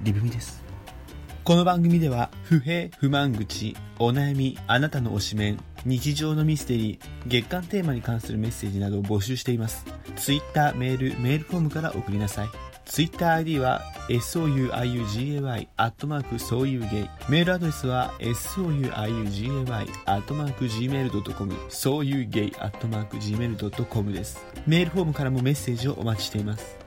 リブミです。この番組では、不平、不満口、お悩み、あなたの推しメン、日常のミステリー、月間テーマに関するメッセージなどを募集しています。ツイッター、メール、メールフォームから送りなさい。ツイッター ID は、souiugay、アットマーク、そういうゲイ。メールアドレスは、souiugay、アットマーク、gmail.com、そういうゲイ、アットマーク、gmail.com です。メールフォームからもメッセージをお待ちしています。